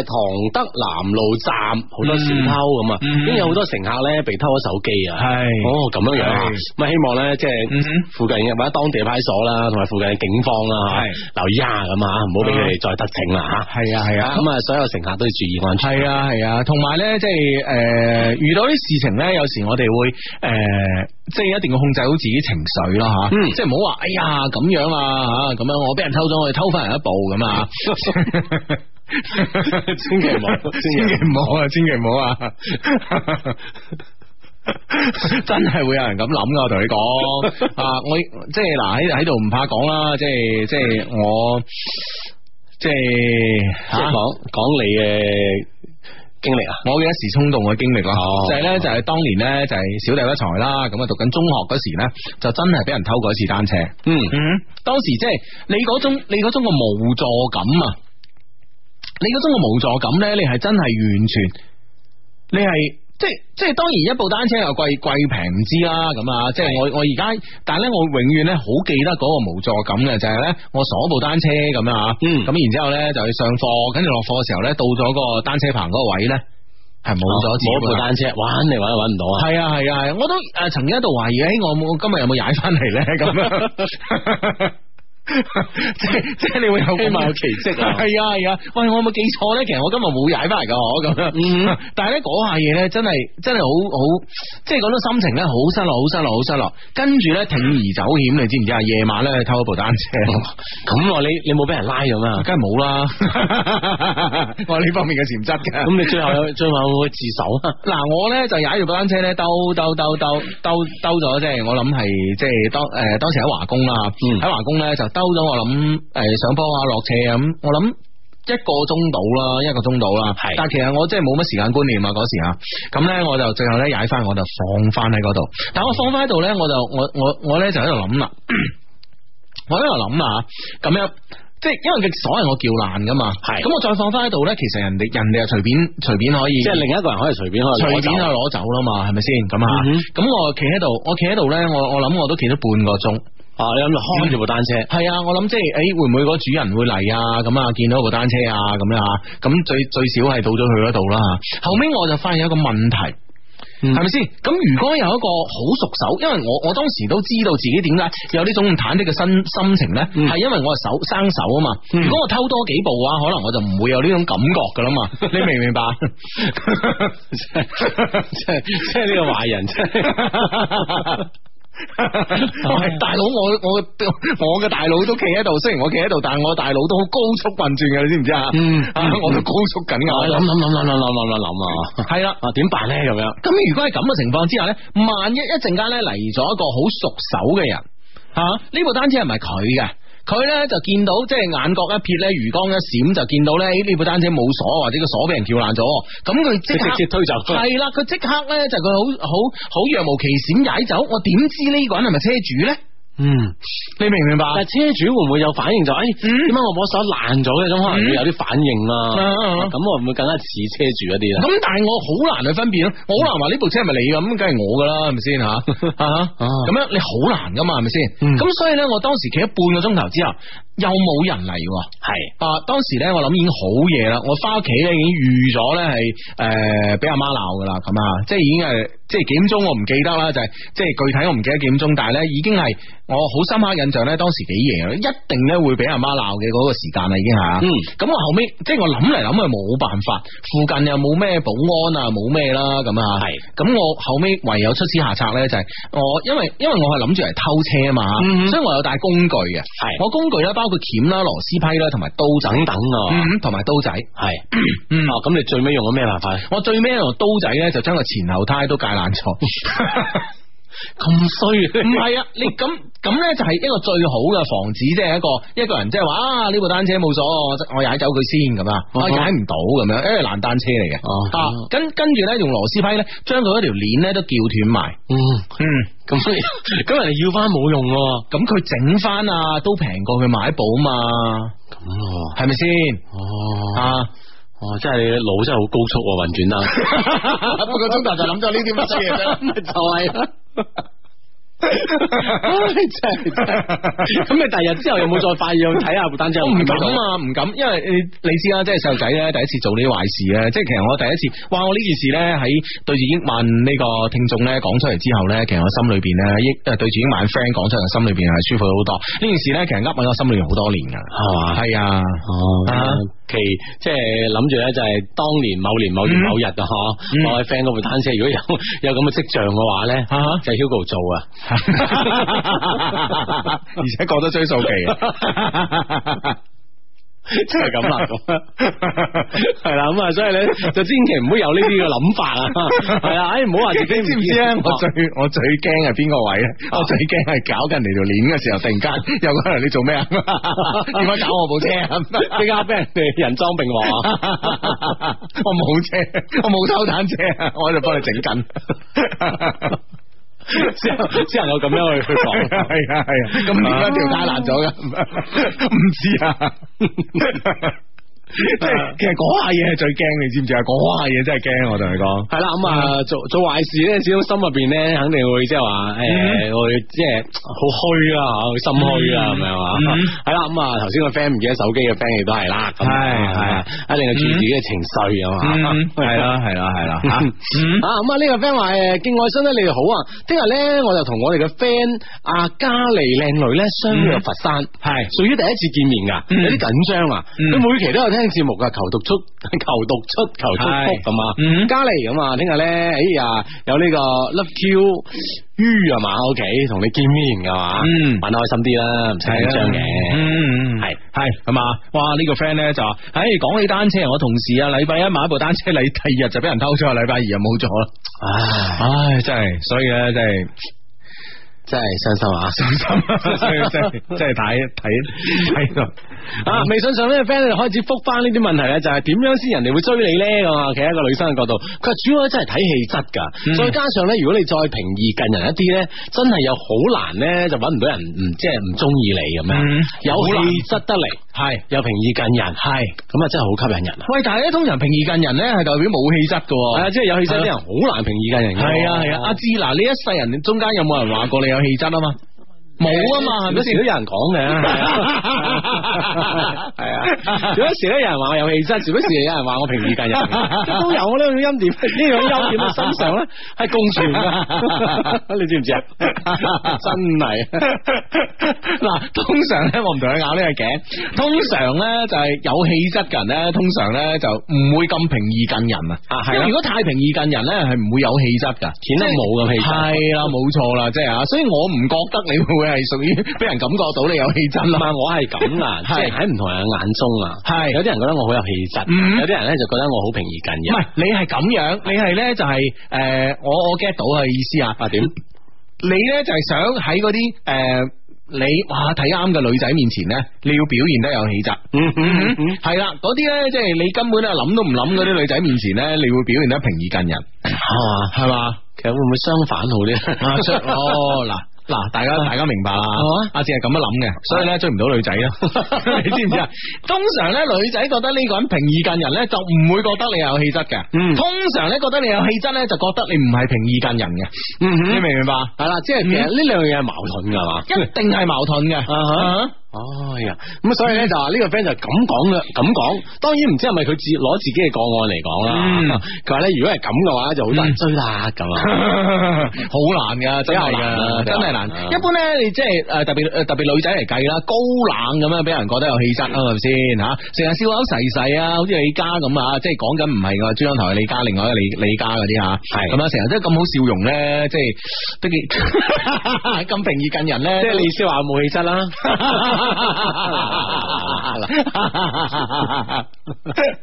S2: 唐德南路站好多小偷咁啊，
S1: 嗯
S2: 已經有好多乘客咧被偷咗手機啊！
S1: 係
S2: 哦咁樣樣啊
S1: 係，
S2: 咁啊希望咧即係
S1: 嗯哼
S2: 附近嘅或者當地派出所啦，同埋附近嘅警方啦，
S1: 係
S2: 留意下咁啊，唔好俾佢哋再得逞啦嚇！
S1: 係嗯啊係啊
S2: 咁啊，所有乘客都要注意安全。
S1: 系啊系啊，同埋咧，即系诶、呃遇到啲事情咧，有時我哋會诶、呃即係一定要控制好自己情緒啦吓，
S2: 嗯
S1: 即係唔好話哎呀咁樣啊吓，咁樣我俾人偷咗，我哋偷翻人一步咁啊。
S2: 千祈唔好
S1: 千祈唔好啊！千祈唔好啊！ 真係會有人咁諗噶，我同你 講啊！我即係嗱喺喺度唔怕講啦，即係即係我即係
S2: 即
S1: 嚇
S2: 係講講你嘅經歷啊！
S1: 我嘅一時衝動嘅經歷啦，
S2: 哦
S1: 就係咧就係當年咧就係小弟不才啦，咁啊讀緊中學嗰時咧就真係俾人偷過一次單車。
S2: 嗯
S1: 嗯， 當時即係你嗰種你嗰種嘅無助感啊，你嗰種嘅無助感咧，你係真係完全，你係。即係即係當然一部單車又貴貴平唔知啦咁啊！即係我我而家，但係咧我永遠咧好記得嗰個無助感嘅就係咧，我鎖部單車咁樣啊，
S2: 嗯
S1: 咁然之後咧就去上課，跟住落課嘅時候咧到咗個單車棚嗰個位咧係冇咗自己
S2: 哦冇一部
S1: 部單
S2: 單車，玩嚟玩去揾唔到啊！
S1: 系啊系啊，係啊我都诶曾經喺度懷疑，诶我冇今日有冇踩翻嚟 咧咁樣。即係即系你會有
S2: 希望有
S1: 奇迹啊！係啊係啊，喂，我有冇記錯咧？其實我今日冇踩翻嚟噶，我咁
S2: 嗯
S1: 樣。但係咧嗰下嘢咧，真係真係好好，即係嗰種心情咧，好失落，好失落，好失落。跟住咧铤而走險，你知唔知啊？夜晚咧偷一部單車，
S2: 咁我你你冇俾人拉咁啊？
S1: 梗係冇 啦。我有呢方面嘅潛質嘅。
S2: 咁你 最後有最後有冇自首啊？
S1: 嗱，我咧就踩住部單車咧，兜兜兜兜兜兜咗，即係我諗係即係當诶、呃、当时喺華工啦，
S2: 嗯
S1: 喺華工咧就兜咗我諗诶、呃上坡啊落斜啊咁，我諗一個鐘到啦，一個鐘到啦，
S2: 係
S1: 但其實我真係冇乜時間觀念啊嗰時啊，咁咧我就最後咧踩翻我就放翻喺嗰度，但我放翻喺度咧，我就我我我咧就喺度諗啦， 我喺度諗啊，咁樣。即係因為嘅所謂我叫爛噶嘛，
S2: 係
S1: 咁我再放翻喺度咧，其實人哋人哋又隨便隨便可以，
S2: 即係另一個人可以隨便可以
S1: 隨
S2: 攞
S1: 便就
S2: 走。
S1: 攞走啦嘛，係咪先咁啊
S2: 嗯哼？
S1: 咁、我企喺度，我企喺度咧，我我諗我都企咗半個鐘。
S2: 啊，你諗住看住部單車，
S1: 係啊，我諗即係，诶、會唔會嗰主人會嚟啊？咁啊，見到部單車啊，咁樣啊，咁最最少係到咗佢嗰度啦。後尾我就發現一個問題。係
S2: 嗯
S1: 咪先？咁如果有一個好熟手，因為我我當時都知道自己點解有呢種咁忐忑嘅心心情呢，
S2: 嗯
S1: 係因為我係手生手啊嘛。
S2: 嗯
S1: 如果我偷多幾步啊，可能我就唔會有呢種感覺噶啦 嘛。你明唔明白？
S2: 即係即係呢個壞人，即係
S1: 喂，大佬，我我我嘅大佬都企喺度，雖然我企喺度，但系我大佬都好高速運轉嘅，你知唔知啊？
S2: 嗯
S1: 啊，我都高速緊
S2: 我
S1: 噶
S2: 諗諗。諗諗諗諗諗諗諗啊！
S1: 係啦，
S2: 啊點辦咧咁樣？
S1: 咁如果係咁嘅情況之下呢，萬一一陣間呢嚟咗一個好熟手嘅人，吓、呢部單車係咪佢嘅？佢咧就見到即係眼角一撇咧，魚光一閃就見到咧咦呢部單車冇鎖或者個鎖俾人撬爛咗，咁佢即刻
S2: 直接推走
S1: 係啦，佢即刻咧就佢好好好若無其閃踩走，我點知呢個人係咪車主咧？
S2: 嗯，
S1: 你明唔明白？
S2: 但系车主会唔会有反应就诶，哎
S1: 嗯
S2: 点解我摸手爛咗嘅？咁可能會有啲反應
S1: 嗯嗯
S2: 啦。啊
S1: 嗯
S2: 咁我會唔會更加似車主一啲咧？
S1: 咁但系我好難去分辨咯，我好難話呢部車係咪你咁，梗係我噶啦，係咪先 吓？啊
S2: 啊
S1: 咁樣你好難噶嘛，係咪先？
S2: 嗯
S1: 咁所以咧，我當時企咗半個鐘頭之後，又冇人嚟喎。
S2: 係
S1: 啊，當時咧我諗已經好夜啦，我翻屋企咧已經預咗咧係诶俾阿媽鬧噶啦，咁啊，即係已經係即係幾點鐘我唔記得啦，就係即係具體我唔記得幾點鐘，但係咧已經係我好深刻印象咧，當時幾夜啦，一定咧會俾阿媽鬧嘅嗰個時間啦，已經係啊。
S2: 嗯
S1: 咁我後尾即係我諗嚟諗去冇辦法，附近又冇咩保安啊，冇咩啦咁啊。
S2: 係
S1: 咁我後尾唯有出此下策咧，就係我因為因為我係諗住嚟偷車啊嘛，
S2: 嗯哼
S1: 所以我有帶工具嘅。
S2: 係
S1: 我工具咧包括鉗啦、螺絲批啦，同埋刀仔。
S2: 等等啊，
S1: 嗯，同埋刀仔。
S2: 係
S1: 嗯
S2: 哦，咁你最尾用咗咩辦法咧？
S1: 我最尾用刀仔咧，就將個前後胎都戒 爛咗。
S2: 咁衰
S1: 唔係啊，你咁咁咧就係一個最好嘅防止，即係一個一個人即係話啊呢部單車冇咗，我我踩走佢先咁啊，我
S2: 啊哈
S1: 踩唔到咁樣，因為爛單車嚟嘅。
S2: 哦
S1: 啊，跟跟住咧用螺絲批咧，將佢嗰條鏈咧都撬斷埋。
S2: 嗯，
S1: 嗯，
S2: 咁你咁人哋要翻冇用喎。
S1: 咁佢整翻啊，都平過佢買保嘛，
S2: 咁喎
S1: 係咪先？
S2: 哦，
S1: 啊！
S2: 哦，真係你腦真係好高速喎，運轉 得。
S1: 啊半個鐘頭就諗咗呢啲乜嘢啫，
S2: 就係啦。唉真係真係咁你第日之後有冇再快要睇下部單車？
S1: 我唔敢！啊，唔敢，因為你你知啦，即係細路仔咧，第一次做呢啲壞事咧，即係其實我第一次，哇！我呢件事咧喺對住英曼呢個聽眾咧講出嚟之後咧，其實我心裏邊咧，英誒呃對住英曼 friend 講出嚟，心裏邊係舒服咗好多。呢件事咧，其實噏喺我心裏邊好多年㗎，
S2: 係嘛
S1: 係啊，
S2: 哦
S1: 啊，
S2: 其即係諗住咧，就係當年某年某月
S1: 嗯
S2: 某日啊，嗬，
S1: 嗯
S2: 我嘅 friend 嗰部單車，如果有 有咁嘅跡象嘅話咧，
S1: 啊哈
S2: 就係 Hugo 做 啊，
S1: 而且過得追數期。啊
S2: 真係咁啦，
S1: 啊
S2: 咁 係啦，咁啊，所以咧就千祈唔好有呢啲嘅諗 法啊，係啊，唉，唔啊哦好話自己
S1: 你知唔知咧？我最我最惊系边个位咧？啊
S2: 哦
S1: 我最惊系搞緊人哋條鏈嘅時候，突然間有個人你做 咩啊？點解搞我部車啊？
S2: 即刻俾人哋人裝並獲啊！
S1: 我冇車，我冇偷蛋車，我喺度幫你整緊。
S2: 只能只能夠咁樣去去講。
S1: 係啊係啊，咁點解條街爛咗噶？唔知啊。即係其實嗰下嘢係最驚，你知唔知啊？嗰下嘢真係驚，我同你講。嗯
S2: 系啦，咁啊做做坏事咧，始終心入边咧，肯定會即係話
S1: 嗯
S2: 诶，會即係好虛啦，吓，會心虛啦，
S1: 嗯
S2: 咁樣啊
S1: 嗯。
S2: 係啦，咁啊頭先個 friend 唔記得手機嘅 friend 亦都係啦，咁啊
S1: 係係嗯
S2: 一定要注意自己嘅情緒啊嘛。
S1: 係啦係啦係 啦吓嗯
S2: 啊咁啊呢個 friend 話诶，敬愛兄弟你哋好啊，聽日咧我就同我哋嘅 friend 阿嘉莉靚女咧相約佛山，
S1: 係
S2: 屬於第一次見面㗎，
S1: 嗯
S2: 有啲緊張啊。
S1: 嗯
S2: 佢每期都有聽節目㗎，求讀出 求讀出求祝福
S1: 係
S2: 咁啊
S1: 嗯。
S2: 嘉莉咁啊，聽日咧，哎呀有呢個 Love Q U 啊嘛屋企同你見面㗎嘛，
S1: 嗯
S2: 玩得開心啲啦，唔使緊張嘅。
S1: 嗯，
S2: 係
S1: 系系嘛，哇呢、個 friend 咧就話，唉講起單車，我同事啊禮拜一買一部單車，你第二日就俾人偷咗，禮拜二就冇咗啦，
S2: 唉，
S1: 唉真係，所以咧真係
S2: 真係傷 心啊！
S1: 傷心，所以真係真係睇睇睇到。
S2: 啊，微信上呢個 friend 就開始覆翻呢啲問題咧，就係點樣先人哋會追你咧咁啊？企喺一個女生嘅角度，佢話主要咧真係睇氣質㗎，
S1: 嗯
S2: 再加上咧，如果你再平易近人一啲咧，真係有好難咧就揾唔到人唔即係唔中意你咁樣，
S1: 嗯
S2: 有
S1: 好
S2: 氣
S1: 難
S2: 質得嚟，係又平易近人，係咁啊，真係好吸引人啊！
S1: 喂，但係咧通常平易近人咧係代表冇氣質噶，
S2: 係啊，即係有氣質啲人好難平易近人㗎。
S1: 係啊係啊，阿志嗱你一世人中間有冇人話過你有氣質啊嘛？冇啊嘛，係咪
S2: 有時
S1: 先
S2: 都？有人講 嘅，啊係啊，有時咧有人話我有氣質，時不時有人話我平易近 人，都有我呢種優點，呢種優點喺身上咧係共存 噶，你知唔知啊？真 係
S1: 嗱，通常咧，我唔同你咬呢个颈。通常咧就系有气质嘅人咧，通常咧就唔会咁平易近人啊。
S2: 啊係
S1: 因
S2: 啦
S1: 為如果太平易近人咧，系唔會有氣質㗎，顯
S2: 顯得冇咁氣質
S1: 係啦，冇錯啦，即係啊，所以我唔覺得你會係屬於俾人感覺到你有氣質
S2: 唔
S1: 啦
S2: 係。我係咁啊，即係喺唔同人嘅眼中啊，
S1: 係
S2: 有啲人覺得我好有氣質，
S1: 嗯
S2: 有啲人咧就覺得我好平易近
S1: 唔
S2: 人
S1: 係，你係咁樣，你係咧就係、呃诶、我我 get 啊到佢意思啊。
S2: 啊點？
S1: 你咧就係想喺嗰啲诶呃你哇睇啱嘅女仔面前咧，你要表現得有氣質。
S2: 嗯嗯嗯，
S1: 系啦，嗰啲咧，即系你根本啊谂都唔諗嗰啲女仔面前咧，你會表現得平易近人，
S2: 系嘛
S1: 係嘛？
S2: 其實會唔會相反好啲？
S1: 啊，出哦嗱。嗱，大
S2: 啊
S1: 家大家明白啦
S2: 係嘛，
S1: 阿志系咁樣諗嘅，所以
S2: 啊
S1: 咧追唔到女 仔啦，你知唔知啊？通常咧女仔覺得呢個人平易近人咧，就唔會覺得你有氣質嘅。
S2: 嗯
S1: 通常咧覺得你有氣質咧，就覺得你唔係平易近人嘅。
S2: 嗯哼
S1: 你明唔明白？嗯
S2: 係啦，即係其實呢兩樣嘢係矛盾㗎嘛。
S1: 一定係矛盾嘅。啊哈
S2: 哦呀，咁所以咧就話呢個 friend 就咁講嘅，咁講，當然唔知係咪佢自攞自己嘅個案嚟講啦
S1: 嗯。
S2: 佢話咧如果係咁嘅話，就好多人追啦咁啊。
S1: 好難噶，真係
S2: 比較難
S1: 噶，
S2: 啊
S1: 真係難
S2: 比較難啊。
S1: 一般咧，你即係诶，特別诶，特别女仔嚟計啦，高冷咁樣俾人覺得有氣質啊，
S2: 嗯
S1: 係咪先吓？成日笑口噬噬啊，好似李嘉咁啊，即係講緊唔係我珠江台嘅李嘉，另外一個李李嘉嗰啲吓，
S2: 係
S1: 咁啊，成日都咁好笑容咧，即係都幾 咁平易近人咧，
S2: 即係你意思話冇氣質 啦。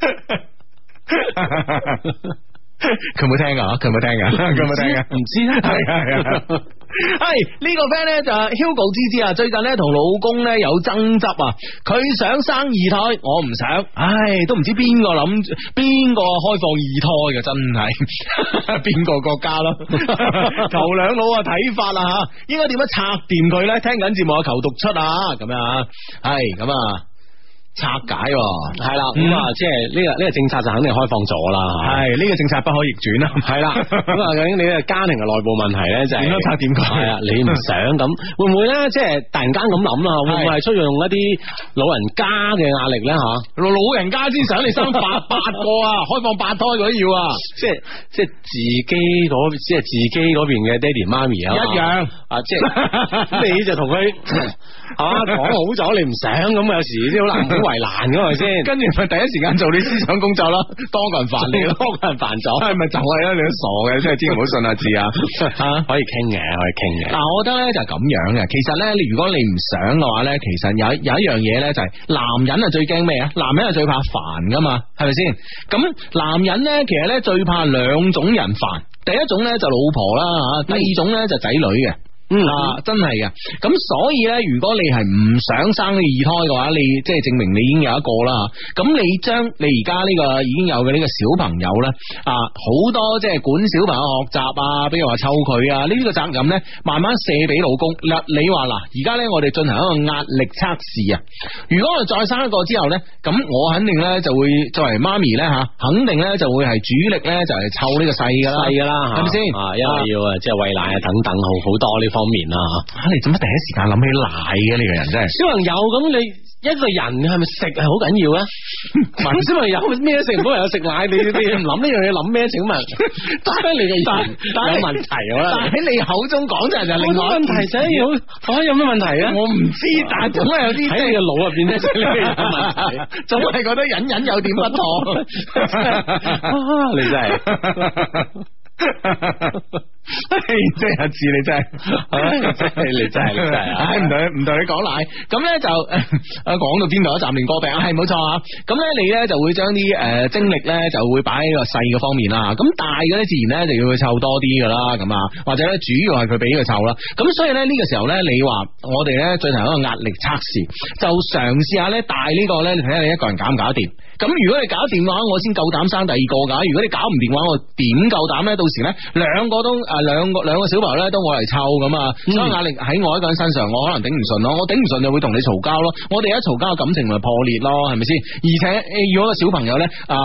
S1: 佢冇聽噶，佢冇聽噶， 佢冇聽噶，唔知啦， 係啊係 啊。系呢個 friend 咧就係 Hugo 芝芝啊，最近咧同老公咧有爭執啊，佢想生二胎，我唔想，唉，都唔知邊個諗邊個開放二胎嘅，真係 邊個國家咯？ 求兩老啊睇法啦吓，應該點樣拆掂佢咧？聽緊節目啊，求讀出啊，咁樣啊，係咁啊，拆解喎
S2: 係啦，咁啊，即係呢個呢個政策就肯定開放咗啦。嚇
S1: 係呢、個政策不可逆轉啦，
S2: 系 啦，咁啊，究竟你嘅家庭嘅內部問題咧，就係
S1: 點樣拆點解
S2: 係啊，你唔想 咁，會唔會咧？即係突然間咁諗啦，會唔會係出現用一啲老人家嘅壓力咧？吓，
S1: 老老人家先想你生八八個 啊，開放八胎嗰啲要啊。
S2: 即係即係自己嗰即係自己嗰邊嘅爹哋媽咪啊，
S1: 一樣
S2: 啊， 即係你就同佢係嘛講好咗，你唔想咁，啊有時即係好難好為難噶，係咪先？
S1: 跟住咪第一時間做你思想工作咯，當個人煩你咯， 哎
S2: 多人煩咗，
S1: 係咪就係啦？你都傻嘅，真係千祈唔好信阿 志啊！嚇
S2: 可以傾嘅，可以傾嘅。
S1: 嗱，我覺得咧就係咁樣嘅。其實咧，你如果你唔想嘅話咧，其實有有一樣嘢咧就係男人啊最驚咩啊？男人係最怕煩噶嘛，係咪先？咁男人咧其實咧最怕兩種人煩，第一種咧就老婆啦啊嚇，第二種咧就仔女嘅。
S2: 嗯
S1: 啊，真系嘅。咁所以咧，如果你系唔想生呢二胎嘅话，你即系证明你已经有一个啦。咁你将你而家呢个已经有嘅呢个小朋友咧，啊，好多即系管小朋友学习啊，比如话凑佢啊，呢啲嘅责任咧，慢慢卸俾老公。嗱，你话嗱，而家咧我哋进行一个压力测试啊。如果我再生一个之后咧，咁我肯定咧就会作为妈咪咧吓，
S2: 啊
S1: 肯定咧就会系主力咧就系凑呢个细噶啦，
S2: 細㗎啦，
S1: 係咪先
S2: 啊，因為要啊，即係喂奶啊，等等，好好多呢方面啦。嚇
S1: 啊，你做乜第一時間諗起奶嘅？你個人真係，
S2: 小朋友咁你一個人係咪食係好緊要啊？咁小朋友咩都食唔到，又食奶，你你唔諗呢樣嘢諗咩？請問，得你嘅人
S1: 但
S2: 有問題我
S1: 但
S2: 啦。
S1: 喺你口中講就係另外
S2: 問題就係要，啊有咩問題啊？
S1: 我唔知，但係總係有啲
S2: 喺你嘅腦入邊咧，就係呢個有問題。
S1: 即係，總係覺得隱隱有點不
S2: 啊
S1: 妥。
S2: 你
S1: 即
S2: 真係，
S1: 係阿志，你真係，
S2: 真係你真係你真係啊
S1: 唉唔同你唔同你講奶，咁咧就啊講到邊度都暫停過病，係冇錯啊。咁咧你咧就會將啲诶精力咧就會擺喺個細嘅方面啦。咁大嘅咧自然咧就要去湊多啲噶啦，咁啊，或者咧主要係佢俾佢湊啦。咁所以咧呢個時候咧，你話我哋咧進行一個壓力測試，就嘗試下咧大呢個咧，你睇下你一個人搞唔搞得掂。咁如果你搞得掂嘅話，我先夠膽生第二個㗎。如果你搞唔掂嘅話，我點夠膽呢？到時呢，兩個都啊兩個兩個小朋友呢，都我嚟湊咁啊，所以壓力喺我一個人身上，我可能頂唔順咯。我頂唔順就會同你嘈交咯。我哋一嘈交，感情咪破裂咯，係咪先？而且呃如果個小朋友呢，啊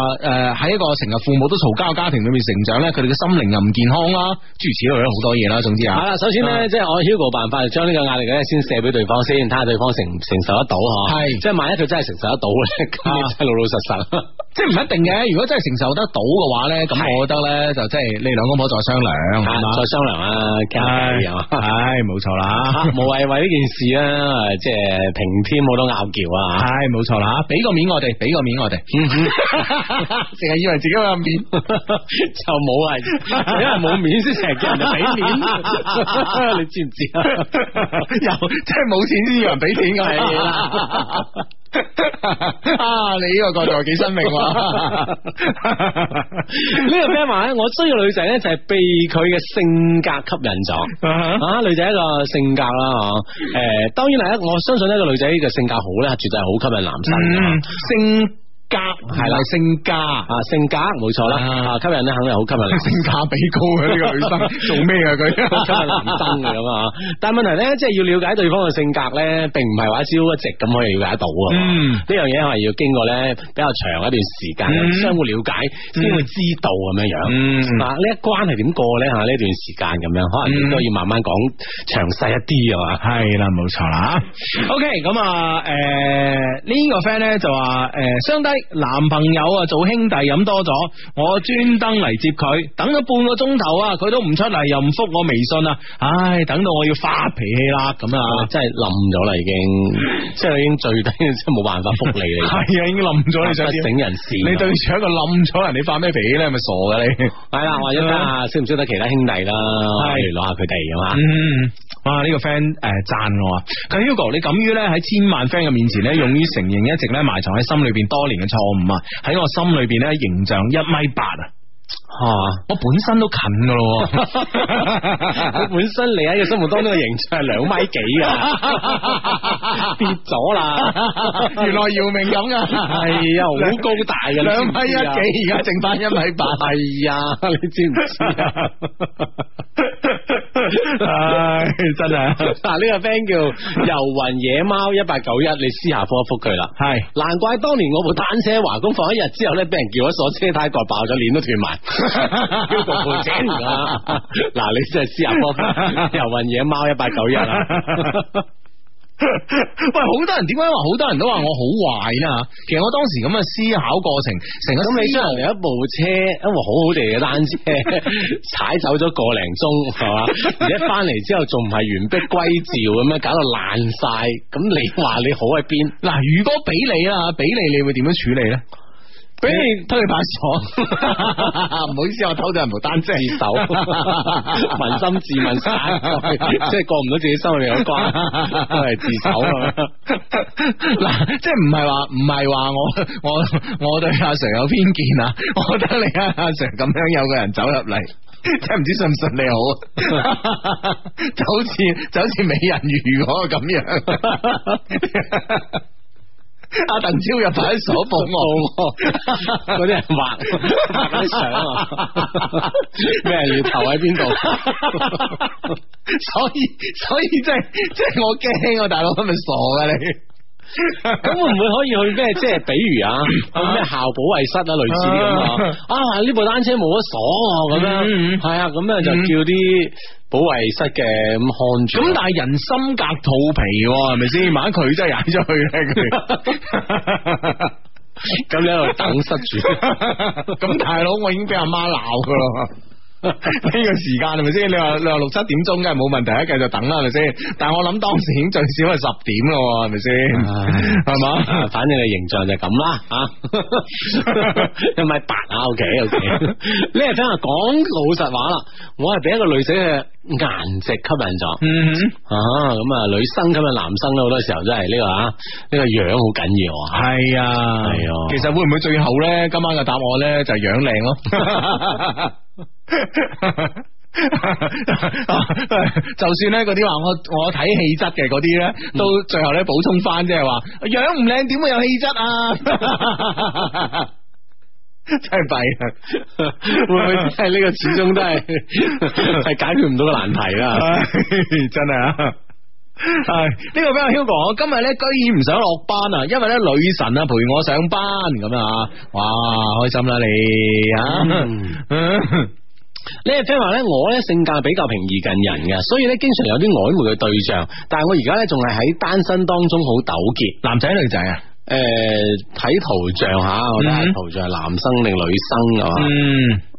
S1: 誒喺一個成日父母都嘈交嘅家庭裏面成長呢，佢哋嘅心靈又唔健康啦，諸如此類好多嘢啦。總之
S2: 係
S1: 啊，
S2: 啦，首先咧，即係我 Hugo 辦法，就將呢個壓力咧先卸俾對方先，睇下對方承唔承受得到嗬。
S1: 係
S2: 即係萬一佢真係承受得到咧，咁你 真係老老實實。
S1: 即係唔一定嘅。如果真係承受得到嘅話呢，咁
S2: 係
S1: 我覺得呢，就即係你兩公婆再商量，
S2: 啊
S1: 係嘛
S2: 再商量啊，傾下偈啊。
S1: 唉，冇错 啦
S2: 啊，无谓为呢件事啦，誒即系平添好多拗撬啊！
S1: 唉，冇错啦，俾个面我哋，俾个面我哋，
S2: 嗯 净系以为自己有面 就冇啊，因为冇面先成日叫人哋俾面， 你 知唔知啊？
S1: 又即系冇钱先要人俾钱
S2: 係
S1: 㗎
S2: 啦 啊，你呢个角度几新颖喎！ 啊呢个 friend 话咧，我追嘅女仔咧就系被佢嘅性格吸引咗。啊，女仔一个性格啦，吓，诶，当然啦，我相信呢个女仔嘅性格好咧，绝对系好吸引男生嘅。
S1: 嗯，性格系
S2: 係
S1: 啦，
S2: 啦
S1: 性格
S2: 啊，性格冇错啦，啊，吸引咧肯定係好吸引男 生，性格比高嘅呢个女生做咩啊佢 吸引男生嘅咁啊，但系问题咧，即系要了解对方嘅性格咧，并唔系話一朝一夕咁可以了解到啊。
S1: 嗯
S2: 呢樣嘢係要經過咧比較長一段時間
S1: 嗯
S2: 相互了解，先會知道咁樣樣。
S1: 嗯
S2: 啊，呢一關係點過咧？吓呢段時間咁樣，可能應該要慢慢講詳細一啲啊嘛。
S1: 系啦，冇错啦。OK，咁啊，诶、呢、個个 friend 咧就话，诶、相低男朋友啊做兄弟飲多咗，我專登嚟接佢，等咗半個鐘頭啊，佢都唔出嚟，又唔復我微信啊，唉，等到我要發脾氣啦，咁
S2: 啊
S1: 啊，。
S2: 真係冧咗啦， 已經，即係已經最低，即係冇辦法復你嚟。
S1: 係啊，已經冧咗你想
S2: 整
S1: 點？
S2: 人線啊，
S1: 你對住一個冧咗人，你發咩脾氣咧？係咪傻嘅你？
S2: 系啦，或者睇
S1: 啊
S2: 下识唔識得其他兄弟啦，
S1: 係
S2: 聯絡下佢哋啊嘛。
S1: 嗯，哇！呢、個 friend 诶赞我啊，佢 Hugo 你敢於咧喺千萬 friend 嘅面前咧，勇於承認一直咧埋藏喺心裏边多年嘅錯誤啊，喺我心裏边咧形象一米八啊，
S2: 系
S1: 我本身都近噶咯喎，
S2: 佢本身 你喺佢心目當中嘅形象係兩米幾 噶，跌咗啦。
S1: 原來姚明咁噶，
S2: 係啊，好高大嘅，
S1: 兩米一幾
S2: 而家剩翻一米八。啊係啊，你知唔 知啊？
S1: 唉，真係
S2: 嗱，呢個 friend 叫遊雲野貓一八九一，你私下覆一覆佢啦。
S1: 係。
S2: 難怪當年我部單車華工放一日之後咧，俾人撬一鎖車胎割爆咗，鏈都斷 埋，叫部部整啊！嗱，你真係私下幫 遊運野貓一八九一啊！
S1: 喂，好多人點解話好多人都話我好壞呢？吓其實我當時咁嘅思考過程，成個
S2: 咁你
S1: 思
S2: 將人哋一部車，一部好好地嘅單車 踩走咗個零鐘，係嘛？而且翻嚟之後仲唔係完璧歸趙咁樣，搞到爛晒。咁你話你好喺邊？
S1: 嗱，如果俾你啦，俾你你會點樣處理咧？哎
S2: 俾你推派出所，哎 唔好意思，我偷咗人部單車，自 首，民心自問散，即係過唔到自己心裏面嗰關，都係自首啊！
S1: 嗱，即系唔系话唔系话我我我对阿 Sir 有偏见啊，我觉得你阿阿 Sir 咁样有个人走入嚟。真係唔知信唔信你 好，啊就好似就好似美人魚嗰個咁樣。阿鄧超入派出所報我，
S2: 嗰啲人畫畫嗰啲相啊，咩人要投喺邊度？
S1: 所以所以即係即係我驚啊，大佬係咪傻噶你？
S2: 咁會唔會可以去咩？即係比如啊，去咩校保衛室啊，類似啲咁啊？啊，呢部單車冇咗鎖喎咁樣
S1: 嗯嗯，
S2: 係啊，咁樣就叫啲保衛室嘅咁看住。
S1: 咁但係人心隔肚皮喎，係咪 先？萬一佢真係踩咗去咧，佢
S2: 咁你喺度等失 主。
S1: 咁大佬我已經俾阿媽鬧噶啦。呢個時間係咪先？你話你話六七點鐘梗係冇問題啊，繼續等啦，係咪先？但係我諗當時已經最少係十點咯，係咪先？啊 係嘛
S2: 啊？ 反正你形象就咁啦，啊 吓、一米八啊，OK OK。呢日聽下講老實話啦，我係俾一個女仔嘅顏值吸引咗
S1: 嗯，
S2: 啊，咁啊，女生吸引男生咧，好多時候真係呢、個啊，呢、個樣好緊要啊。
S1: 係啊，
S2: 係啊
S1: 其實會唔會最後咧，今晚嘅答案咧就係樣靚 咯。就算咧嗰啲話我我睇氣質嘅嗰啲咧，
S2: 嗯
S1: 到最後咧補充翻，即係話樣唔靚點會有氣質 啊？真係弊啊！
S2: 會唔會真係呢個始終 都係係解決唔到個難題啦？
S1: 唉，真系啊！ 系呢个 friend Hugo，我今日咧居然唔想落班啊，因为咧女神啊陪我上班咁啊，哇，开心啦你啊！ 嗯
S2: 呢個 friend 話咧，我咧性格比較平易近人嘅，所以咧經常有啲曖昧嘅對象，但係我而家咧仲係喺單身當中好糾結。
S1: 男仔女仔啊，
S2: 诶，睇、圖像吓，我睇下
S1: 嗯
S2: 圖像係男生定女生係
S1: 嗯，
S2: 嘛？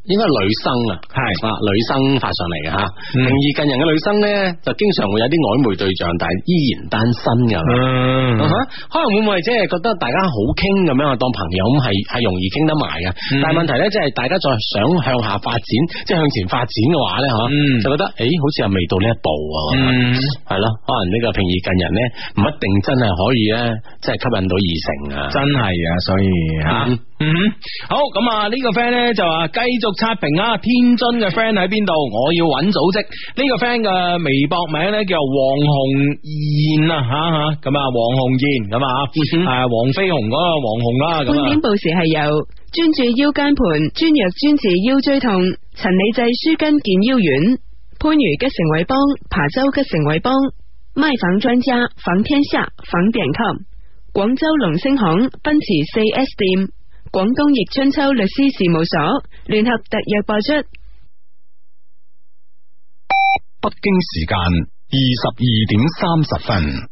S2: 应该女生啊，
S1: 係
S2: 啊女生發上嚟嘅吓。
S1: 嗯
S2: 平易近人嘅女生咧，就經常會有啲曖昧對象，但係依然單身㗎。
S1: 嗯
S2: 啊哈可能會唔會即係覺得大家好傾咁樣，當朋友咁係系容易傾得埋嘅。
S1: 嗯
S2: 但係問題咧，即係大家再想向下發展，即係向前發展嘅話咧，吓、
S1: 嗯
S2: 就覺得诶、咦好似又未到呢一步啊。
S1: 嗯
S2: 係咯，可能呢個平易近人咧，唔一定真係可以咧，即係吸引到異性啊。
S1: 真系啊，所以吓，
S2: 嗯
S1: 嗯哼，好咁啊，呢个 friend 咧就话继续刷屏啊，天津嘅 friend 喺边度？我要揾组织。呢个 friend 嘅微博名咧叫黄鸿燕啊，吓吓咁啊，黄鸿燕咁啊，
S2: 嗯
S1: 诶，黄飞鸿嗰个黄鸿啦，咁
S4: 半
S1: 啊
S4: 点，报时系由专注腰间盘专药专治腰椎痛，陈李济舒筋健腰丸，番禺吉成伟邦，琶洲吉成伟邦，卖房专家，房天下，房点 com，广州龙星行奔驰四 S 店，广东易春秋律师事务所联合特约播出。
S5: 北京时间二十二点三十分。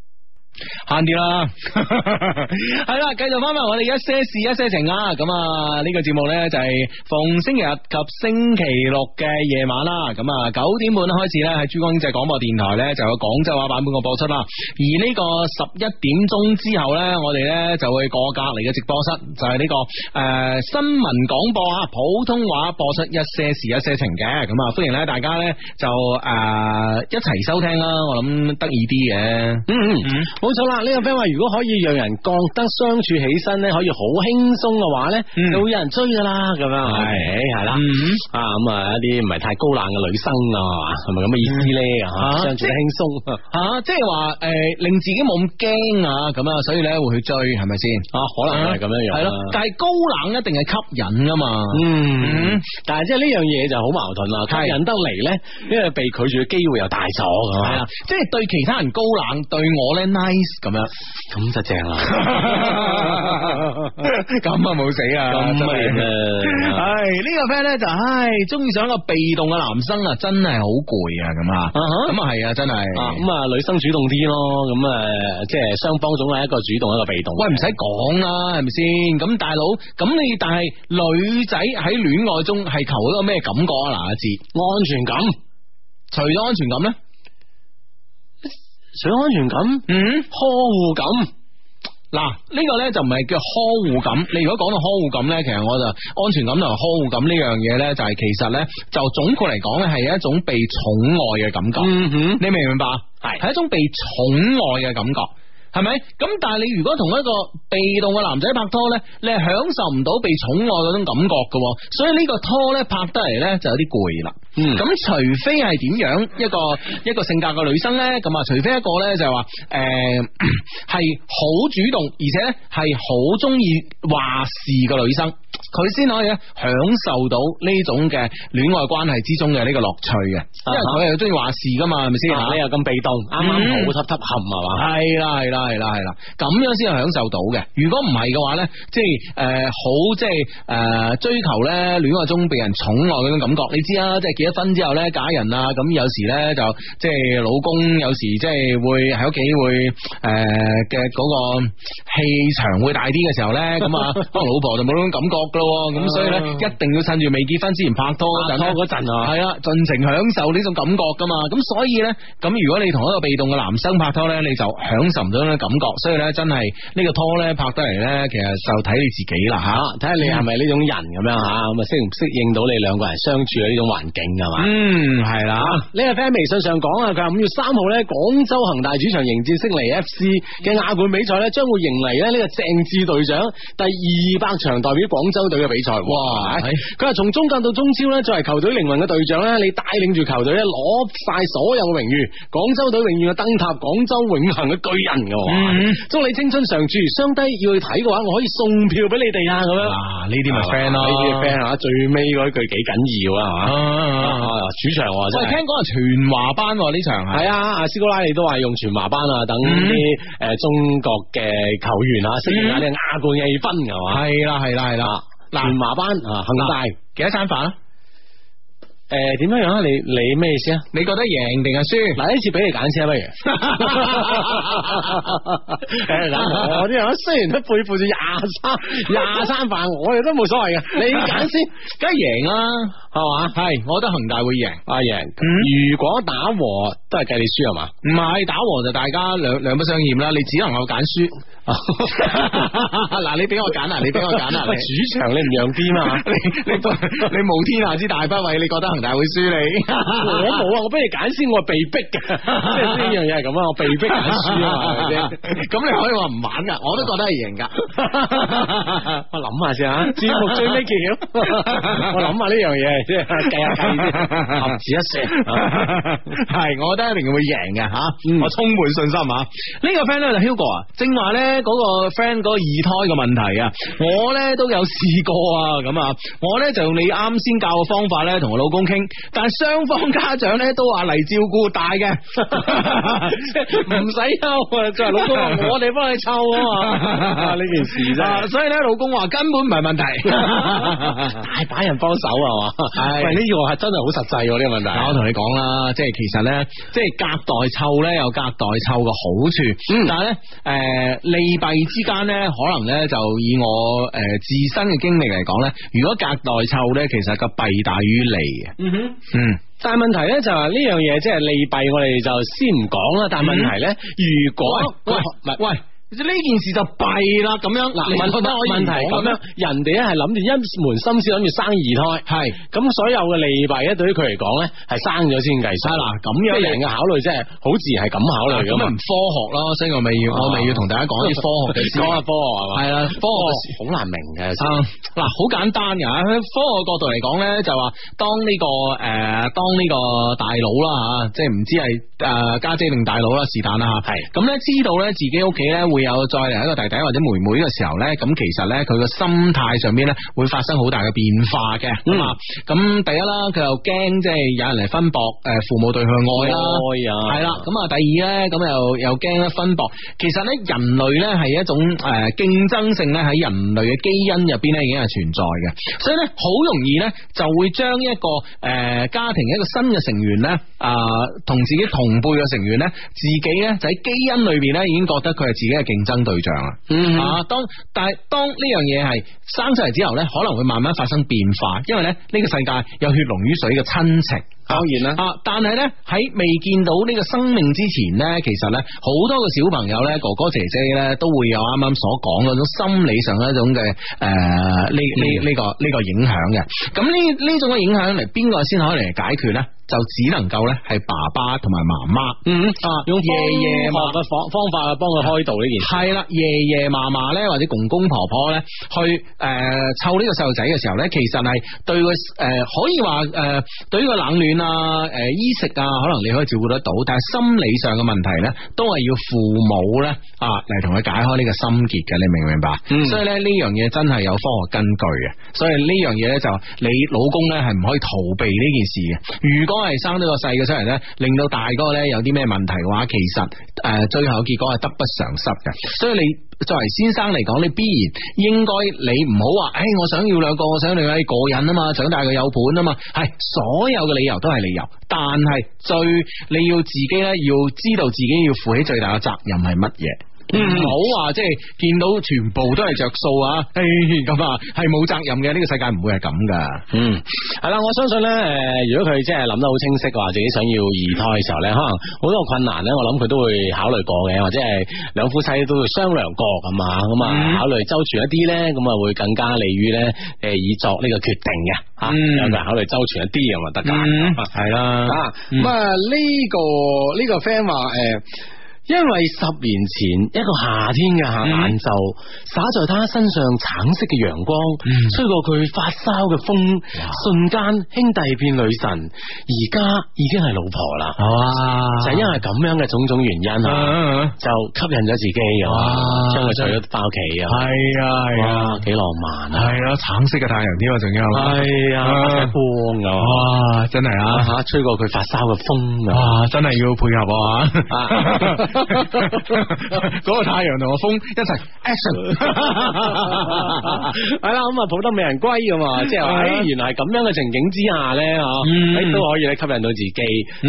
S1: 悭啲啦， 系啦，继续翻翻我哋一些事一些情啊，咁啊呢个节目咧就系逢星期日及星期六嘅夜晚啦，咁啊九点半开始咧喺珠江经济广播电台咧就有广州话版本嘅播出啦，而呢个十一点钟之后咧，我哋咧就会过隔離嘅直播室，就系、呢、個个诶、呃新闻广播啊普通话播出一些事一些情嘅，咁啊欢迎咧大家咧就诶、呃一齐收听啦，我谂得意啲嘅。
S2: 嗯嗯，冇錯啦。呢、個 friend 話，如果可以讓人覺得相處起身咧，可以好輕鬆嘅話咧，
S1: 嗯
S2: 就會有人追噶啦，咁樣係係啦。
S1: 嗯
S2: 啊咁啊，一啲唔係太高冷嘅女生啊，係咪咁嘅意思咧？
S1: 啊
S2: 啊，相處得輕鬆
S1: 吓、即系话诶，誒令自己冇咁惊啊，咁啊，所以咧會去追，係咪先？
S2: 啊，可能係咁樣樣。
S1: 係咯，但係高冷一定係吸引噶嘛。
S2: 嗯
S1: 嗯，
S2: 但係即係呢樣嘢就好矛盾啦，吸
S1: 係
S2: 引得嚟咧，因為被拒絕嘅機會又大咗，咁
S1: 係
S2: 啊
S1: 啦，，即係對其他人高冷，對我咧 nice 咁樣，
S2: 咁就正啦，
S1: 咁啊冇死啊，
S2: 咁
S1: 真
S2: 咪呃
S1: 係 啊
S2: 誒
S1: 唉，呢個 friend 咧就唉，中意上一個被動嘅男生啊，真係好攰啊，咁啊，
S2: 啊哈
S1: 咁啊係啊，真係。
S2: 啊，咁啊，女生主動啲咯，咁啊，即係雙方總係一個主動一個被動。
S1: 喂，唔使講啦，係咪先？咁大佬，咁你但係女仔喺戀愛中係求一個咩感覺啊？嗱，阿志，
S2: 安全感，
S1: 除咗安全感咧，
S2: 想安全感，
S1: 嗯。
S2: 呵護感，
S1: 嗱，呢個呢就唔係叫呵護感。你如果講到呵護感呢，其實我就安全感同埋呵護感呢樣嘢呢，就係其實呢，就總括嚟講呢，係一種被寵愛嘅感覺。
S2: 嗯哼，
S1: 你明唔明白？係係一種被寵愛嘅感覺，係咪？咁但係你如果同一個被動嘅男仔拍拖呢，你係享受唔到被寵愛嗰種感覺嘅喎，所以呢個拖呢，拍得嚟呢，就有啲攰啦。
S2: 嗯
S1: 咁除非係點樣一個一個性格嘅女生咧，咁啊，除非一個咧就係話 诶係好主動，而且咧係好中意話事嘅女生，佢先可以咧享受到呢種嘅戀愛關係之中嘅呢個樂趣嘅，因為佢係中意話事噶嘛，係咪先
S2: 啊啊你又咁被動，啱啱
S1: 嗯
S2: 好揼揼冚係嘛？
S1: 系啦，系啦，系啦，系啦，咁样先係享受到嘅。如果唔系嘅话咧，即系诶、呃好即系诶、呃追求咧恋爱中被人宠爱嗰种感觉，你知啦，即系结咗婚之后咧，嫁人啊，咁有时咧就即系老公有时即系会喺屋企会诶嘅嗰个呃气场会大啲嘅时候咧，咁啊， 可能老婆就冇呢种感觉噶咯，咁所以咧
S2: 啊
S1: 一定要趁住未结婚之前拍拖嗰
S2: 拍
S1: 陣
S2: 拖
S1: 呢
S2: 嗰陣啊，
S1: 系啦，尽情享受呢種感覺噶嘛，咁所以呢，咁如果你同一個被動嘅男生拍拖呢，你就享受唔到呢個感覺，所以呢，真係呢個拖呢，拍得嚟呢，其實就睇你自己啦吓
S2: 啊。，睇下你係咪呢種人咁樣吓，咁啊適唔適應到你兩個人相處嘅呢種環境係嘛？
S1: 嗯，系啦，
S2: 呢個 friend 微信上講啊，佢話五月三號咧，廣州恒大主場迎戰悉尼 FC 嘅亞冠比賽咧，將會迎嚟咧呢個鄭智隊長第二百場代表廣州隊嘅比賽。哇！佢話從中甲到中超咧，作為球隊靈魂嘅隊長咧，你帶領住球隊咧攞晒所有嘅榮譽，廣州隊永遠嘅燈塔，廣州永恆嘅巨人嘅。哇
S1: 嗯
S2: 祝你青春常駐，相低要去睇嘅話，我可以送票俾你哋啊！咁樣
S1: 嗱呢啲咪 friend 咯，
S2: 呢啲 friend 啊，最尾嗰句幾緊要啊！係嘛
S1: 啊啊啊
S2: 啊主場喎真
S1: 喂，
S2: 係
S1: 聽講係全華班喎呢場係
S2: 系啊，阿斯高拉利都话用全華班啊，等啲诶中國嘅球員啊，適應下呢個亞冠嘅氣氛係嘛？
S1: 係啦係啦係啦，嗱，
S2: 全華班啊，恒大
S1: 幾多餐飯啊？
S2: 诶點樣樣啊？你你咩意思啊？
S1: 你覺得贏定係輸？
S2: 嗱，呢次俾你揀先啊，不如。誒嗱我啲人雖然都背負住廿三廿三飯，我哋都冇所謂嘅。你揀先，
S1: 梗係贏啦，
S2: 系嘛？
S1: 系，我觉得恒大会赢。
S2: 阿赢，
S1: 嗯哦
S2: 如果打和都系计你输系啊嘛？
S1: 唔系打和就大家两两不相厌啦，你只能够拣 输。嗱，你俾我拣啊，你俾我拣 啊，你
S2: 主场你唔让边啊？
S1: 你 你你冇天下之大不韙，你觉得恒大会输
S2: 我
S1: 你？
S2: 冇啊，我俾你拣先，我係被逼 嘅，即系呢样嘢系咁啊，我被逼拣输啊嘛，係咪先
S1: 咁你可以话唔玩噶，我都觉得系赢噶。
S2: 我谂下先啊，节目最 尾橋，我谂下呢样嘢，即系计下计 先，合指一算。
S1: 系，我觉得一定會贏嘅吓，
S2: 啊嗯
S1: 我充滿信心啊！呢、個 friend 咧就 Hugo 啊，正話咧嗰個 friend 嗰個二胎嘅問題啊，我咧都有試過啊，咁啊，我咧就用你啱先教嘅方法咧同我老公傾，但係雙方家長咧都話嚟照顧大 嘅，
S2: 唔使憂啊，就係老公話我哋幫你湊啊嘛， 啊呢件事真
S1: 啊
S2: 係。
S1: 所以咧老公話根本唔係問 題。
S2: 大把人幫手係嘛？
S1: 啊係
S2: 哎喂，呢個係真係好實際喎，呢個問題。
S1: 嗱，我同你講啦，即係其實咧，即係隔代湊咧有隔代湊嘅好處，
S2: 嗯
S1: 但係咧，诶、利弊之間咧，可能咧就以我诶、誒自身嘅經歷嚟講咧，如果隔代湊咧，其實個弊大於利嘅，
S2: 嗯哼。
S1: 嗯，
S2: 但系问题咧就系呢样嘢即系利弊，我哋就先唔讲啦。但系问题咧，如果
S1: 嗯喂
S2: 唔系
S1: 喂，呢件事就弊啦，咁樣嗱，
S2: 嗱，問
S1: 你覺得可以
S2: 問題係
S1: 唔啊講
S2: 咁樣，人哋咧係諗住一門心思諗住生二胎，係咁所有嘅利弊咧，對於佢嚟講咧係生咗先計數。嗱，咁
S1: 樣
S2: 人嘅考慮即係好自然係咁考慮
S1: 咁
S2: 噶
S1: 咪
S2: 嘛
S1: 唔。科學咯，所以我咪要我咪要同大 家講啲科學嘅事。
S2: 講下科學係嘛？
S1: 係啦，科學。
S2: 好難明嘅，
S1: 啊嗱，好簡單噶，喺科學角度嚟講咧，就話當呢、個诶、呃，当呢個大佬啦吓，即係唔知係诶家姐定大佬啦，是但啦吓。
S2: 係
S1: 咁咧，知道咧自己屋企咧會有再嚟一個弟弟或者妹妹嘅時候咧，咁其實咧佢個心態上面咧會發生好大嘅變化嘅。咁啊、咁第一啦，佢又驚即係有人嚟分薄诶父母對佢嘅愛啦。
S2: 愛啊，
S1: 系啦，咁啊，第二咧，咁又又惊咧分薄。其實咧，人類咧係一種诶竞争性咧喺人類嘅基因入邊咧已經係存在嘅，所以咧好容易咧就會將一個诶、呃家庭一個新嘅成員咧啊同自己同輩嘅成員咧，自己咧就喺基因裏边咧已經覺得佢係自己嘅競爭對象啦。
S2: 嗯
S1: 啊，当但系当呢样嘢系生出嚟之後咧，可能會慢慢發生變化，因為咧呢、個世界有血濃於水嘅親情。
S2: 當然啦。
S1: 啊！但系咧喺未見到呢個生命之前呢，其實呢，好多嘅小朋友呢，哥哥姐姐呢，都會有啱啱所講嗰種心理上一種嘅诶呢呢
S2: 嗯
S1: 呢個呢、個影響嘅。咁呢呢種嘅影響嚟邊個先可以嚟解決呢？就只能夠呢，係爸爸同埋媽媽。
S2: 嗯啊，用
S1: 夜夜
S2: 科學嘅方方法去幫佢開導呢件事。
S1: 係啦，爺爺嫲嫲咧，或者公公婆婆咧，去诶湊呢個細路仔嘅時候咧，其實係對佢诶、呃可以話诶、呃、对於個冷暖啊、诶、衣食啊，可能你可以照顧得到，但係心理上嘅問題咧，都係要父母咧啊嚟同佢解開呢個心結嘅，你明唔明白？
S2: 嗯
S1: 所以咧呢樣嘢真係有科學根據嘅，所以呢樣嘢咧就你老公咧係唔可以逃避呢件事嘅。如果係生咗個細嘅出嚟咧，令到大嗰個咧有啲咩問題嘅話，其實诶、呃最後結果係得不償失嘅。所以你作為先生嚟講，你必然應該你唔好話，诶、我想要兩個，我想要兩個你過癮啊嘛，長大佢有本啊嘛，係所有嘅理由都係理由，但係最你要自己咧要知道自己要負起最大嘅責任係乜嘢。
S2: 嗯
S1: 唔好话即系见到全部都系着数啊！ 唉，咁啊系冇责任嘅，呢、個个世界唔会系咁噶。
S2: 嗯，系啦，我相信咧，诶、如果佢即系諗得好清晰話自己想要二胎嘅時候咧，可能好多困難咧，我諗佢都會考慮過嘅，或者係兩夫妻都會商量過咁啊，咁啊、
S1: 嗯
S2: 考慮周全一啲咧，咁啊會更加利於咧，诶、以作呢個決定嘅吓，
S1: 嗯
S2: 有個人考慮周全一啲咁啊得噶。
S1: 系啦嗯
S2: 啊，咁啊呢個呢、個 friend 話诶。誒因為十年前一個夏天嘅
S1: 嗯
S2: 下晏晝，灑在他身上橙色嘅陽光，
S1: 嗯
S2: 吹過佢發梢嘅風，瞬間兄弟變女神，而家已經係老婆啦。
S1: 哇，
S2: 就係因為咁樣嘅種種原因啊，
S1: 啊，
S2: 就吸引咗自己啊
S1: 哇，
S2: 將佢娶咗翻屋企啊，
S1: 系啊系啊
S2: 哇，幾浪漫啊！
S1: 系啊，橙色嘅太阳添啊，仲有
S2: 係
S1: 啊
S2: 發出光啊！
S1: 哇，真系啊！
S2: 吓，吹過佢發梢嘅風啊！
S1: 哇，真系要配合我啊！ 嗰个太阳同个风一齐 action。
S2: 系啦，咁啊抱得美人歸噶嘛，即係話，
S1: 係啊
S2: 诶，原來係咁樣嘅情景之下咧，吓，
S1: 嗯
S2: 诶都可以咧吸引到自己，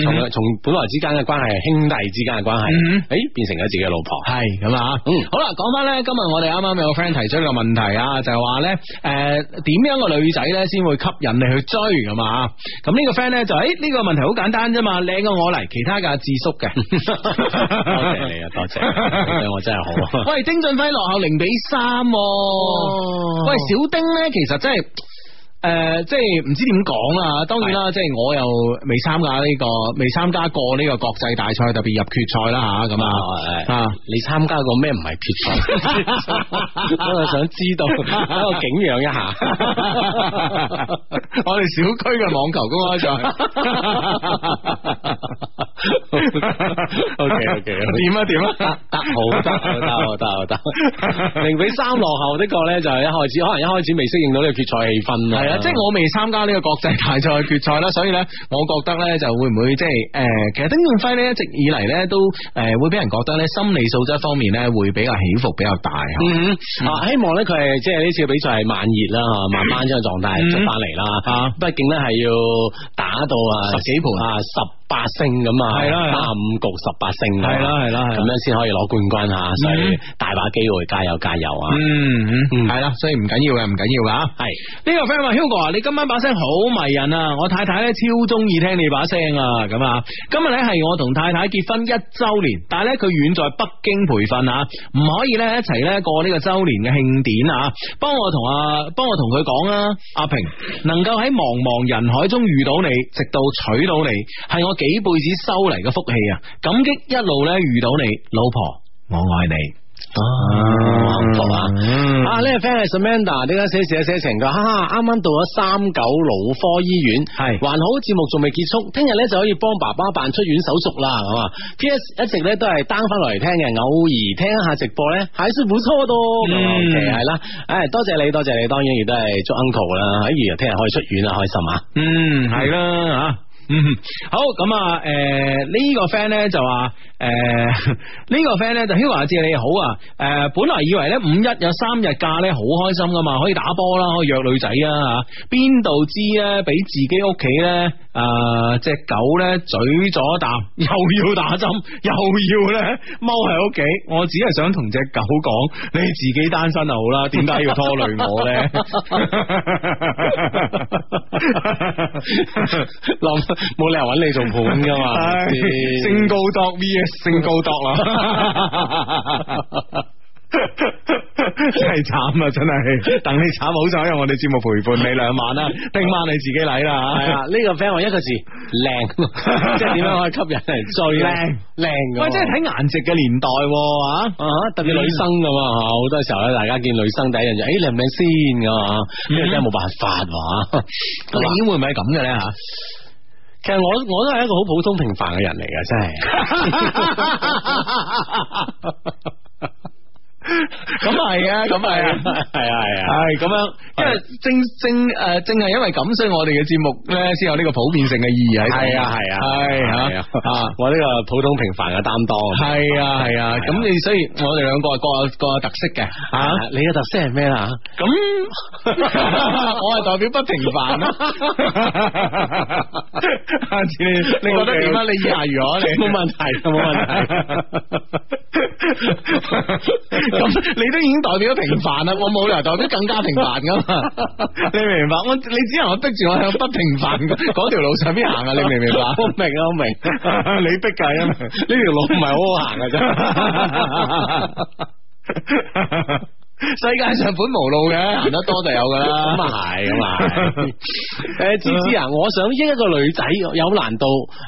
S2: 從
S1: 嗯
S2: 從本來之間嘅關係，兄弟之間嘅關係
S1: 嗯，
S2: 诶變成咗自己嘅老 婆。
S1: 系咁啊，
S2: 嗯
S1: 好啦，讲翻咧，今日我哋啱啱有個 friend 提出一个问題啊，就係話咧，诶、点样個女仔咧先會吸引你去追咁啊？咁呢個 friend 咧就，诶、呢、個問題好簡單啫嘛，靚過我嚟，其他嘅阿智叔嘅，
S2: 多
S1: 多
S2: 謝你啊，多謝你，對我真係好啊。
S1: 喂，丁俊晖落後零比三、
S2: 哦
S1: 喎。喂，小丁咧，其實真係诶、誒即係唔知點講啦。當然啦，即係我又未參加呢、個，未參加過呢個國際大賽，特別入決賽啦吓，咁
S2: 咁啊
S1: 啊。，
S2: 誒
S1: 啊
S2: 你參加過咩唔係決賽？ 我就想知道，等我景仰一下。
S1: 我哋小區嘅網球公開賽。
S2: OK，OK，OK
S1: 點啊點啊，
S2: 得好得好得好得 好得，零比三落後的確咧，就係一開始可能一開始未適應到呢個決賽氣氛
S1: 系
S2: 啦。
S1: 啊，即系我未參加呢個國際大賽嘅決賽啦，所以咧，我覺得咧就會唔會即係诶，呃其實丁俊晖咧一直以嚟咧都诶会俾人覺得咧心理素質方面咧會比較起伏比較大啊
S2: 嗯，嗯啊，希望咧佢係即係呢次嘅比賽係慢熱啦，嚇慢慢將個狀態出翻嚟啦。
S1: 啊
S2: 畢竟咧係要打到
S1: 十
S2: 啊
S1: 幾盤
S2: 啊嗯十八勝咁啊，
S1: 係啦係啦
S2: 三五局十八勝啊，
S1: 係啦係啦係啦
S2: 咁樣先可以攞冠軍嚇，所以
S1: 嗯
S2: 大把機會，加油加油啊！
S1: 嗯嗯，
S2: 嗯
S1: 系啦，所以唔緊要嘅，唔緊要噶。
S2: 係
S1: 呢個 friend 話 Hugo 啊，你今晚把聲好迷人啊！我太太咧超中意聽你把聲啊，咁啊，今日咧係我同太太結婚一周年，但係咧佢遠在北京培訓啊，唔可以咧一齊咧過呢個周年嘅慶典啊，幫我同啊，幫我同佢講
S2: 嗯
S1: 啊，阿平能夠喺茫茫人海中遇到你，直到娶到你，係我幾輩子收嚟嘅福氣啊！感激一路咧遇到你，老婆，我愛啊你
S2: 好幸福啊！
S1: 啊
S2: 啊！呢個 friend 係 Samantha，呢家寫寫寫情佢，哈哈，啱啱到咗三九腦科醫院，
S1: 係
S2: 還好節目仲未結束，聽日咧就可以幫爸爸辦出院手續啦，咁啊！P.S. 一直咧都係 down 翻落嚟聽嘅，偶爾聽一下直播咧，還是不錯多。咁啊
S1: 嗯
S2: OK，係啦，誒，多謝你，多謝你，當然亦都係祝 uncle 啦，哎呀，聽日可以出院啦，開心啊！
S1: 嗯，系啦吓。嗯， 好咁啊，诶、呢、個个 friend 咧就話，诶、 呢、個 friend 咧就 Hugo 阿志你好啊，诶、本來以為咧五一有三日假咧好開心噶嘛，可以打波啦，可以約女仔啊吓，邊度知咧俾自己屋企咧诶只狗咧嘴啊咗啖， 又要打針，又要咧踎喺屋企，我只係想同只狗講，你自己單身就好啦，點解要拖累 我咧？
S2: 諗冇理由揾你做伴噶嘛，
S1: 唉
S2: 係咪先
S1: 性告度 VS 性告度 啦。真系惨啊！真系，等你惨，好彩有我哋节目陪伴你兩晚啦。聽晚你自己嚟啦
S2: 系
S1: 吓
S2: 啊，。呢個 friend 話一個字靚， 即係點樣可以吸引人最
S1: 靚
S2: 靚嘅喎？
S1: 喂，真係睇顏值嘅年代 喎啊！
S2: 啊，特別女生咁啊，
S1: 嗯
S2: 好多時候咧，大家見女生第一樣就，诶哎靚唔靚先咁啊，
S1: 嗯
S2: 呢個真係冇辦法 喎。咁啊
S1: 會唔會係咁嘅咧吓？
S2: 其實我我都係一個好普通平凡嘅人嚟嘅，真係。
S1: 啊咁係啊，咁係啊。
S2: 係啊係啊。
S1: 系咁样，因为正正诶，正系因為咁，所以我哋嘅節目咧，先有呢個普遍性嘅意義喺度。
S2: 係啊係
S1: 系
S2: 啊係啊
S1: 吓啊。
S2: 我呢個普通平凡嘅擔當。
S1: 系啊系啊，咁你所以我哋兩個係各有各有特色嘅啊，
S2: 你嘅特色係咩啦？
S1: 咁我係代表不平凡啊啦。下次你你覺得點啊？你以下如何？你
S2: 冇問題，冇問題。
S1: 咁你都已經代表咗平凡啦，我冇理由代表更加平凡 噶嘛？你明唔明白？我你只能逼住我向不平凡 嗰條路上邊行啊！你明唔明白？
S2: 我明啊，我明。
S1: 你逼噶，因 為
S2: 呢條路唔係好好行嘅啫。
S1: 世界上本無路 嘅，行得多就有噶啦。
S2: 咁啊係，咁啊 係。诶，芝芝啊，我想益一個女仔有難度。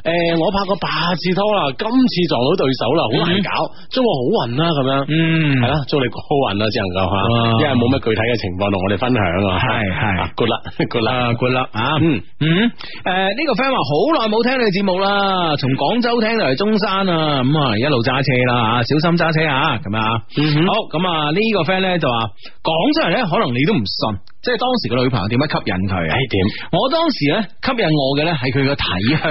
S2: 诶、我拍過八次拖啦，今次撞到對手啦，好難搞，祝我好運啦咁樣。
S1: 嗯
S2: 係啦，祝你好運啦，只能夠吓
S1: 哇，
S2: 因為冇乜具體嘅情況同我哋分享啊。
S1: 係係
S2: 啊，good 啦，good 啦
S1: 啊，good luck 啊，
S2: 嗯
S1: 嗯，诶呢個 friend 話好耐冇聽你節目啦，從廣州聽到嚟中山啊，咁啊一路揸車啦，啊小心揸車啊，咁啊，
S2: 嗯哼
S1: 好咁啊呢個 friend 咧就話講出嚟咧，可能你都唔信，即係當時個女朋友點樣吸引佢啊
S2: 哎？點？
S1: 我當時咧吸引我嘅咧係佢個體香。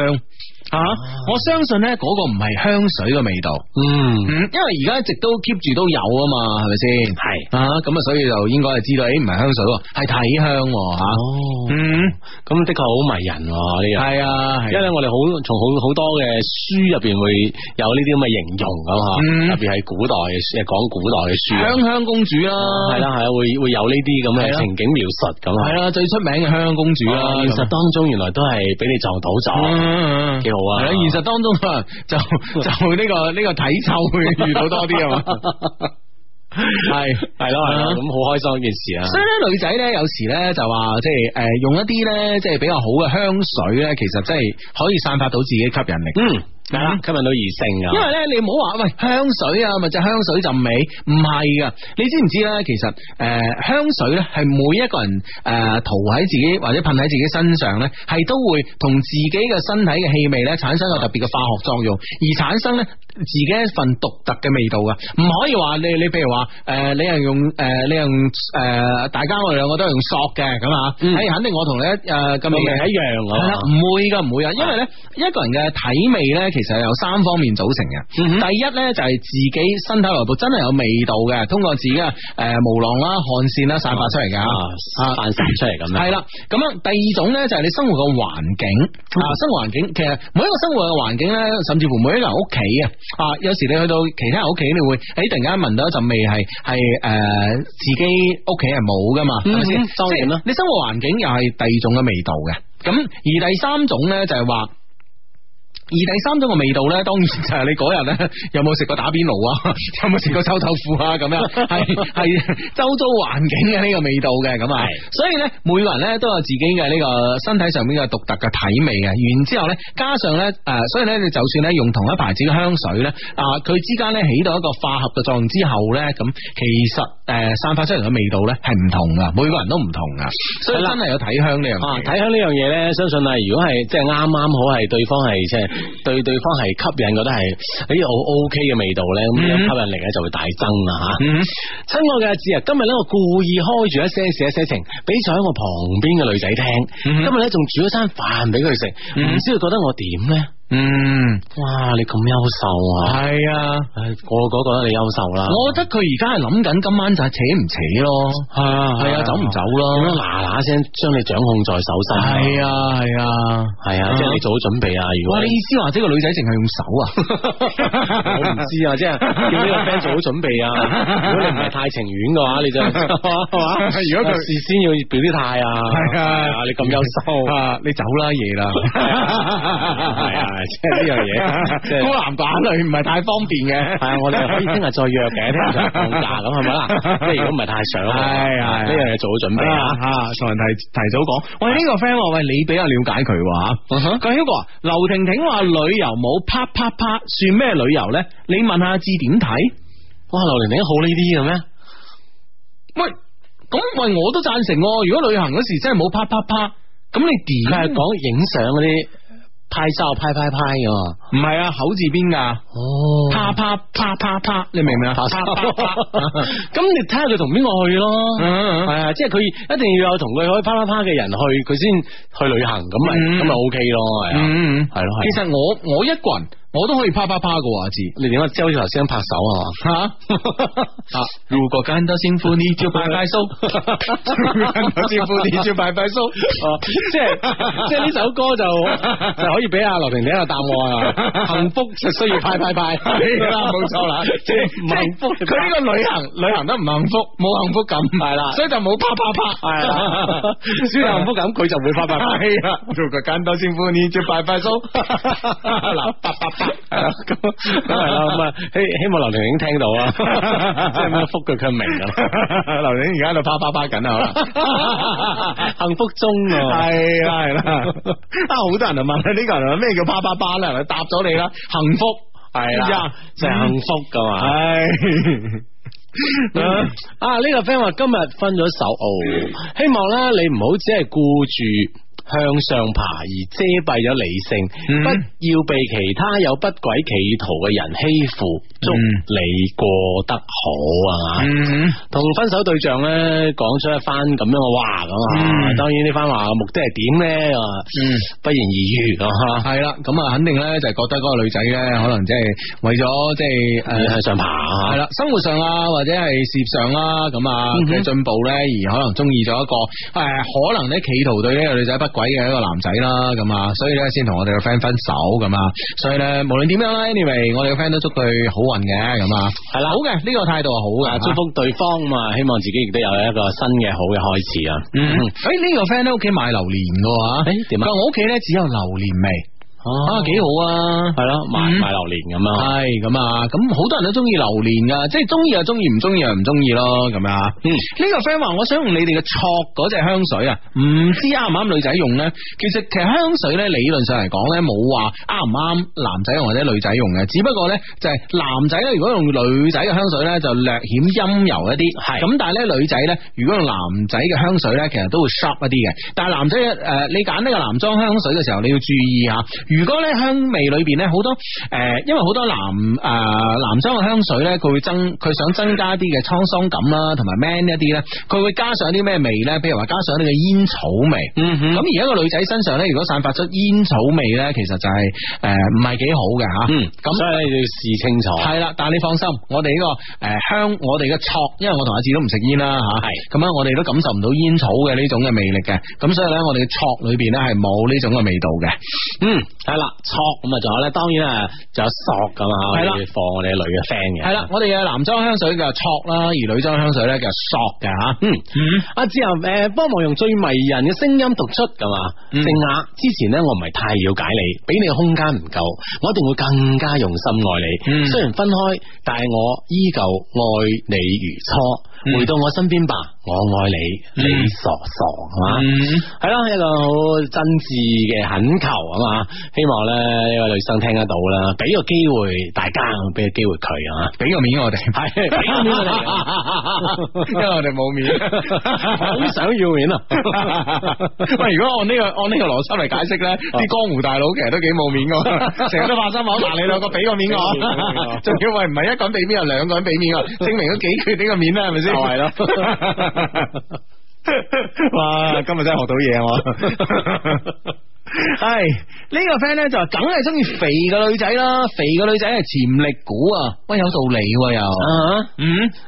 S1: 吓、
S2: 啊
S1: 我相信咧嗰个唔系香水嘅味道，
S2: 嗯，
S1: 嗯，因为而家一直都 keep 住都有啊嘛，系咪先？系啊，咁啊，所以就应该系知道，诶、唔系香水喎，系體香喎吓、
S2: 哦，
S1: 嗯，
S2: 咁的確好迷人喎呢樣。
S1: 系啊，係啊
S2: 因為咧，我哋好從好好多嘅書入边會有呢啲咁嘅形容咁吓，
S1: 嗯
S2: 特別係古代嘅書，講古代嘅書，
S1: 香香公主啊啦，
S2: 係哦啦係啦，會會有呢啲咁
S1: 係
S2: 嘅
S1: 啦
S2: 情景描述咁啊
S1: 系。啦，最出名嘅香香公主啦，
S2: 現實當中原來哦都係俾你撞到
S1: 咁
S2: 咗，
S1: 嗯
S2: 幾好啊
S1: 系啦，现实当中啊， 就就呢个呢个體臭會遇到多啲啊嘛，系。
S2: 係咯係咯，
S1: 嗯
S2: 咁好開心一件事啊！
S1: 所以咧，女仔咧有時咧就話即係诶、誒用一啲咧即係比較好嘅香水咧，其實真係可以散發到自己吸引力。
S2: 嗯，係啦，吸引到異性啊
S1: 因，為咧，你唔好話喂香水啊，咪就香水陣味，唔係噶。你知唔知咧？其實诶、誒香水咧係每一個人诶、誒塗喺自己或者噴喺自己身上咧，係都會同自己嘅身體嘅氣味咧產生個特別嘅化學作用，而產生咧自己一份獨特嘅味道噶。唔可以話你你譬如話诶、誒你係用诶、誒你係用诶、誒大家我哋兩個都係用索嘅咁啊，
S2: 嗯
S1: 哎肯定我同你一诶咁
S2: 味
S1: 樣
S2: 係一樣
S1: 係啦，
S2: 啊
S1: 唔會噶，唔會啊，因為咧，一個人嘅體味咧，其實係由三方面組成嘅。
S2: 嗯哼
S1: 第一咧就係自己身體內部真係有味道嘅，通過自己嘅诶毛囊啦、汗腺啦散發出嚟嘅。
S2: 啊，散散出嚟咁樣，
S1: 系啦，咁樣第二種咧就係你生活嘅環境
S2: 嗯
S1: 啊，生活環境其實每一個生活嘅環境咧，甚至乎每一個人屋企啊，啊有時你去到其他人屋企，你會诶突然間聞到一陣味係係诶自己屋企係冇噶嘛，係咪先
S2: 嗯？當然啦
S1: 即係你生活環境又係第二種嘅味道嘅，咁而第三種咧就係話。而第三種嘅味道咧，當然就係你嗰日咧 有冇食過打邊爐啊， 有冇食過臭豆腐啊 咁樣，係係周遭環境嘅呢個味道嘅咁啊
S2: 係，
S1: 所以咧每個人咧都有自己嘅呢個身體上面嘅獨特嘅體味嘅，然之後咧加上咧誒、所以咧你就算咧用同一牌子嘅香水咧啊，佢之間咧起到一個化合嘅作用之後咧，咁其實誒、散發出嚟嘅味道咧係唔同噶，每個人都唔同噶，所以真係有體香呢樣
S2: 啊，
S1: 嘢。
S2: 睇香呢樣嘢咧，相信啊，如果係即係啱啱好係對方係即係對對方係吸引，覺得係呢好 OK 嘅味道咧，咁樣
S1: 嗯
S2: 吸引力咧就會大增啦吓。
S1: 嗯
S2: 親愛嘅阿志啊，今日咧我故意開住一些事一些情，俾咗喺我旁邊嘅女仔聽，
S1: 嗯
S2: 今日咧仲煮咗餐飯俾佢食，唔
S1: 嗯
S2: 知佢覺得我點咧？
S1: 嗯，
S2: 哇，你咁優秀啊！
S1: 係啊。
S2: 唉個個覺得你優秀啦，啊
S1: 我覺得佢而家係諗緊今晚就係扯唔扯咯，
S2: 係啊
S1: 係啊，走唔走咯？
S2: 咁樣嗱嗱聲將你掌控在手心，
S1: 係啊係啊，
S2: 係啊，即係你做好準備啊！如
S1: 哇！
S2: 果
S1: 你意思話即係個女仔淨係用手啊？
S2: 我唔知啊，即係叫呢個 friend 做好準備 啊。如果你唔係太情願嘅話，你就係嘛？
S1: 如果佢
S2: 事先要表啲態啊，
S1: 係啊
S2: 你咁優秀，
S1: 啊！你走啦，夜啦，
S2: 係啊，即係呢樣嘢， 即係
S1: 孤男寡女唔係太方便嘅。
S2: 係啊，我哋可以聽日再約嘅，聽日再放假咁係咪 啦？即係如果唔係太想，啊
S1: 係係
S2: 呢樣嘢做好準備啊。
S1: 啊，同人提提早講，喂呢、個 friend 話，喂你比較了解佢喎
S2: 嗯哼
S1: 佢 Hugo 啊劉婷婷話旅遊冇啪啪啪，算咩旅遊咧？你問下志點睇？
S2: 哇，劉玲玲好呢啲嘅咩？
S1: 喂，咁喂我都贊成喎，如果旅行嗰時真係冇啪啪啪，咁你
S2: 佢係
S1: 點？
S2: 講影相嗰啲拍照拍拍拍嘅喎。
S1: 唔係啊，口字邊㗎，
S2: 哦，
S1: 啪啪啪啪啪，你明唔明啊？
S2: 拍嗯
S1: 啪
S2: 手
S1: 啪啪。
S2: 咁你睇下佢同邊個去咯。
S1: 嗯
S2: 系啊，即系佢一定要有同佢可以啪啪啪嘅人去，佢先去旅行，咁咪
S1: 嗯
S2: 咁咪 O K 咯，系啊，
S1: 嗯，
S2: 係咯係
S1: 其實我我一個人我都可以啪啪啪嘅阿志。
S2: 你点解即係好似頭先咁拍手啊？
S1: 吓 啊！如果感到幸福，你就拜拜叔；如果感到幸福，你就拜拜叔。
S2: 哦，即 系即系呢首歌就就可以俾阿劉婷婷一個答案 啊！幸福就需要派派派，
S1: 係啦冇錯啦
S2: 即係唔幸福
S1: 佢呢個旅行旅行得唔幸福，冇幸福感，
S2: 係啦
S1: 所以就冇啪啪啪，
S2: 係啦，所以幸福感佢就會拍拍拍。
S1: 系啦，如果感到幸福，你就拜拜叔。 嗱，啪啪啪，
S2: 係啦咁咁係啦，咁啊希希望劉婷婷聽到啊， 即係咁樣覆佢佢明噶啦，
S1: 劉玲而家喺度啪啪啪緊啊！可能
S2: 幸福中啊，
S1: 系啦系啦，啊好多人就问呢個人話咩叫啪啪啪啦，係咪答咗你啦，幸福哎
S2: 係啦，就係幸福噶嘛。
S1: 係
S2: 嗯啊！呢、個 friend 話今日分咗手，哦，希望咧你唔好只係顧住向上爬而遮蔽咗理性，
S1: 嗯
S2: 不要被其他有不軌企圖嘅人欺負。祝
S1: 嗯
S2: 你過得好啊！
S1: 嗯
S2: 同分手對象咧講出一番咁樣嘅話咁啊，
S1: 嗯
S2: 當然呢番話嘅目的係點咧啊，
S1: 嗯。
S2: 不言而喻啊，
S1: 系啦，咁啊，肯定咧就系觉得嗰个女仔咧，可能即系为咗即呃系诶
S2: 向上爬
S1: 系嗯啦，生活上啊，或者系事业上啦，咁啊
S2: 啊嗯哼
S1: 嘅进步咧，而可能中意咗一个诶、誒可能咧企图对呢个女仔不轨嘅一个男仔啦，咁啊，所以咧先同我哋嘅 friend 分手咁啊，所以咧无论点样啦，anyway，我哋嘅 friend 都祝佢好运嘅，咁啊，
S2: 係啦
S1: 好嘅，呢、個个态度係好嘅
S2: 啊，祝福對方嘛，希望自己亦都有一個新嘅好嘅開始啊！
S1: 嗯，哎诶呢、個个 friend 咧屋企买榴莲噶吓，
S2: 誒點啊
S1: 佢話我屋企咧只有榴莲味，啊
S2: 啊
S1: 几好啊。
S2: 係咯，買
S1: 嗯
S2: 買榴蓮咁啊，
S1: 系咁啊，咁好多人都中意榴莲噶，即系中意就中意，唔中意就唔中意咯，咁啊。
S2: 嗯
S1: 呢个 friend 话我想用你哋嘅錯嗰只香水啊，唔知啱唔啱女仔用呢？其實其實香水呢，理論上嚟講呢，冇話啱唔啱男仔用或者女仔用嘅，只不過呢，就係男仔呢，如果用女仔嘅香水呢，就略顯陰柔一啲，系咁但係呢，女仔呢，如果用男仔嘅香水呢，其實都會 sharp 一啲嘅，但係男仔诶、呃你揀呢個男裝香水嘅時候，你要注意啊，如果呢香味裏边呢，好多诶、呃因為好多男诶、呃男裝嘅香水呢，佢會增佢想增加啲嘅滄桑感啦，同埋 man 一啲呢，佢會加上啲咩味呢？譬如話加上呢個煙草味。
S2: 嗯哼
S1: 咁而家個女仔身上咧，如果散發出煙草味咧，其實就係诶唔係幾好嘅吓。
S2: 嗯，咁所以你要試清楚。
S1: 系啦，但系你放心，我哋呢、個个诶、香，我哋嘅錯，因為我同阿志都唔食煙啦吓，
S2: 係
S1: 咁啊樣我哋都感受唔到煙草嘅呢種嘅魅力嘅，咁所以咧，我哋嘅錯裏边咧係冇呢種嘅味道嘅。
S2: 嗯，系啦，索咁啊，仲有咧，當然啊，仲有索咁啊，我
S1: 係
S2: 哋
S1: 啦
S2: 要放我哋女嘅 friend 嘅，
S1: 係啦，，我哋嘅男裝香水叫錯啦，而女裝香水咧叫索嘅吓。
S2: 嗯，阿志啊，诶，幫忙用最迷人嘅聲音讀出咁啊，
S1: 嗯
S2: 靜雅，之前咧我唔係太了解你，俾你嘅空間唔夠，我一定會更加用心愛你，
S1: 嗯
S2: 雖然分開，但係我依舊愛你如初，
S1: 嗯
S2: 回到我身邊吧，我愛你，你
S1: 嗯
S2: 傻傻係嘛？系啦，一个好真摯嘅懇求啊嘛，希望咧呢位女生聽得到啦，俾個機會大家，俾個機會佢啊，
S1: 哎俾個面我哋，
S2: 係俾個面我哋
S1: 因為我哋冇面，
S2: 好想要面啊，
S1: 喂，如果按呢、個按呢個邏輯嚟解釋咧，啲江湖大佬其實都幾冇面 噶，成日都發生口，嗱你兩個俾個面 我
S2: 俾個面我，
S1: 仲要喂唔係一個人俾面，有兩個人俾面我，證明咗幾缺呢個面啦，係咪先？
S2: 就係 咯。
S1: 哇！今日真係學到嘢 啊我。系呢、個个 friend 咧就話梗係中意肥嘅女仔啦，肥嘅女仔係潛力股啊，喂有道理喎又，
S2: 啊，
S1: 嗯，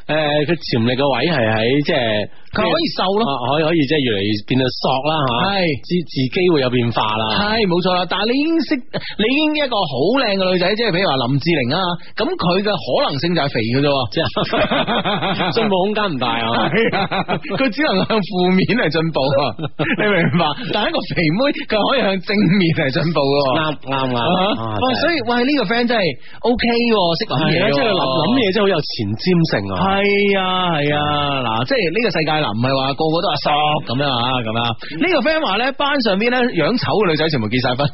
S2: 诶、佢潛力嘅位係喺即係
S1: 佢可以瘦
S2: 啊
S1: 咯，
S2: 可以可以即係越嚟越變到索啦吓，
S1: 係
S2: 自自己會有變化啦，
S1: 系冇错啦，但系你已经识，你已经一个好靓嘅女仔，即系比如话林志玲啊，咁佢嘅可能性就系肥嘅啫喎，
S2: 即係 進步空間唔大啊，
S1: 係啊，佢只能向负面嚟进步 啊，你明唔明白？但系一个肥妹，佢可以向正面嚟进步嘅喎。
S2: 啱啱啱
S1: 啊
S2: 啊，
S1: 喂，所以喂呢个 friend 真系 O K 喎，识谂
S2: 係
S1: 嘢
S2: 啊
S1: 喎，
S2: 即係諗諗嘢真係好有前瞻性啊，
S1: 系啊系啊，嗱、即系呢个世界嗱，唔系话个个都阿索咁样啊，咁啊，呢、個个 friend 话咧，班上边咧样丑嘅女仔全部结晒婚，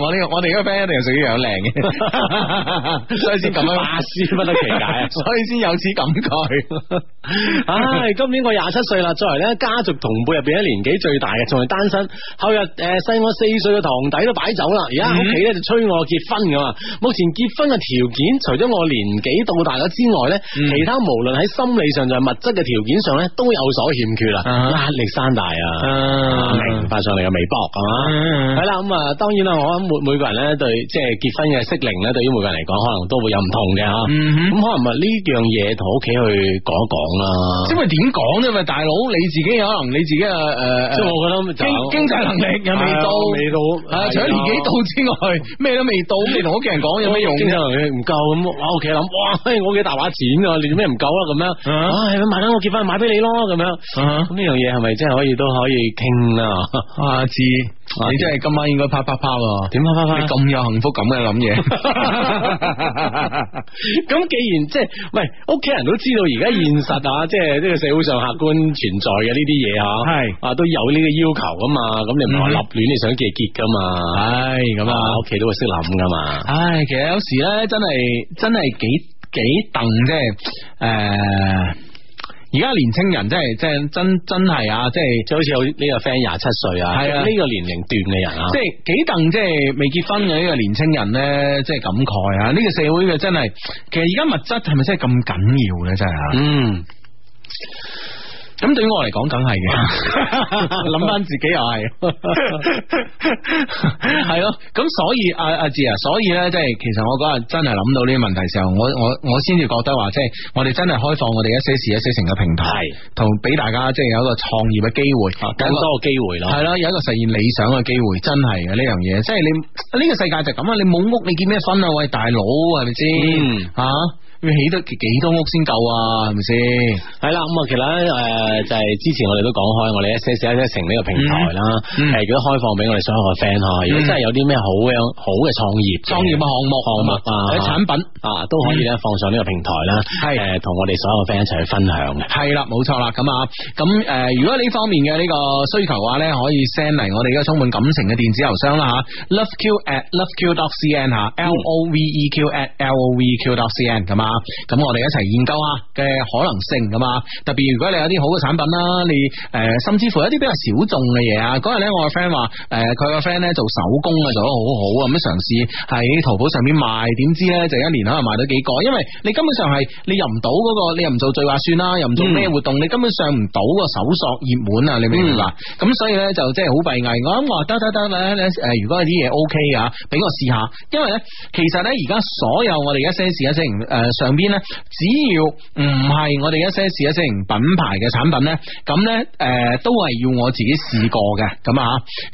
S1: 我呢、個我哋呢个 friend 一定系属于样靓嘅， 所以先咁樣
S2: 百思啊不得其解啊
S1: 所以先有此感慨。
S2: 唉，今年我廿七岁啦，作为咧家族同辈入边咧年纪最大嘅，仲系单身。后日诶细我四岁嘅堂弟都摆酒啦，而家
S1: 嗯
S2: 屋企咧就催我结婚噶嘛。目前结婚嘅条件，除咗我年纪到大咗之外咧，
S1: 嗯
S2: 其他無論喺心理上就係物質嘅條件上咧，都有所欠缺啦，
S1: 啊
S2: 壓力山大啊！
S1: 啊
S2: 明發上嚟嘅微博係嘛？
S1: 嗯
S2: 系啦，咁啊，當然啦，我諗每每個人咧對即係結婚嘅適齡咧，對於每個人嚟講，可能都會有唔同嘅吓。
S1: 嗯
S2: 咁可能咪呢樣嘢同屋企去講一講啦。
S1: 因啊为点讲啫？咪大佬你自己可能你自己啊呃嘅诶，
S2: 即係我覺得就
S1: 经经济能力又未到，
S2: 未到，
S1: 啊，除咗年紀到之外，咩都未到，你同屋企人講有
S2: 有
S1: 咩
S2: 咩
S1: 用
S2: 用？經濟
S1: 啫？
S2: 能力唔夠咁，我屋企諗，哇，嘿我屋企大把錢㗎，你做咩唔夠啊？咁樣，
S1: 啊
S2: 唉，咪等我結婚買俾你咯，咁樣。咁呢樣嘢係咪真係可以都可以傾啊啦？
S1: 阿志，啊你真係今晚應該啪啪啪喎！
S2: 點啊，花花
S1: 你？咁有幸福感嘅 諗嘢，
S2: 咁既然即係，喂，屋企人都知道而家現實啊，即係呢個社會上客觀存在嘅呢啲嘢啊，
S1: 係
S2: 啊都有呢個要求噶嘛，咁你唔係話立亂你想結結噶嘛，
S1: 嗯唉咁啊
S2: 啊，屋企都會識諗噶嘛。
S1: 唉，其實有時咧，真係真係幾幾鄧，即係诶。誒而家年青人真系真係真真系啊，即系。
S2: 就好似有呢個 friend 廿七歲啊，
S1: 係啊
S2: 呢個年齡段嘅人啊，
S1: 即系几邓，即系未结婚嘅呢个年青人咧，即系感慨啊！呢、個个社会嘅真系，其实而家物质系咪真系咁紧要咧？真系啊！
S2: 嗯。
S1: 咁对于我嚟讲，梗系嘅，谂翻自己又系，系咯。咁所以阿阿志啊，所以咧，即系其实我嗰日真系諗到呢啲問題時候，我我我先至覺得話，即係我哋真係開放我哋一些事一些情嘅平台
S2: 係，
S1: 同俾大家即係有一個創業嘅機會，
S2: 啊更多嘅機會咯
S1: 係啦，有一個實現理想嘅機會，真係嘅呢樣嘢。即係你呢個世界就咁啊！你冇屋，你結咩婚啊？喂，大佬係咪先
S2: 嗯？
S1: 吓、要起得幾多屋先夠啊？係咪先？
S2: 系啦，咁啊，其實咧，诶、就係之前我哋都講開，我哋一些事一些情呢個平台啦，
S1: 嗯嗯
S2: 係如果開放俾我哋所有嘅 friend 吓，如果真係有啲咩好嘅好嘅創業嘅
S1: 創業嘅項目、
S2: 項目啊
S1: 或者產品。
S2: 啊，都可以咧放上呢個平台啦，
S1: 係
S2: 诶，同我哋所有嘅 friend 一齊去分享嘅。
S1: 系啦，冇错啦，咁啊，咁诶、呃如果呢方面嘅呢個需求嘅話咧，可以 send 嚟我哋而家充滿感情嘅電子郵箱啦吓，loveq at loveq dot cn 吓，l o v e q at l o v e q dot cn 咁啊，咁我哋一齊研究下嘅可能性咁啊，特別如果你有啲好嘅產品啦，你诶、呃甚至乎有啲比較小眾嘅嘢啊，嗰日咧我個 friend 話诶，呃佢個 friend 咧做手工啊做得好好啊，咁樣嘗試喺淘寶上面賣，點知咧就一年可能賣到幾個，因為你根本上係你入唔到嗰個，你又唔做最划算啦，又唔做咩活動，你根本上唔到個搜索熱門啊，你明唔明白？咁、所以咧就即係好閉翳。我諗話得得得咧，你誒如果有啲嘢 OK 啊，俾我試下，因為咧其實咧而家所有我哋一些事一些情誒上邊咧，只要唔係我哋一些事一些情品牌嘅產品咧，咁咧誒都係要我自己試過嘅，咁啊，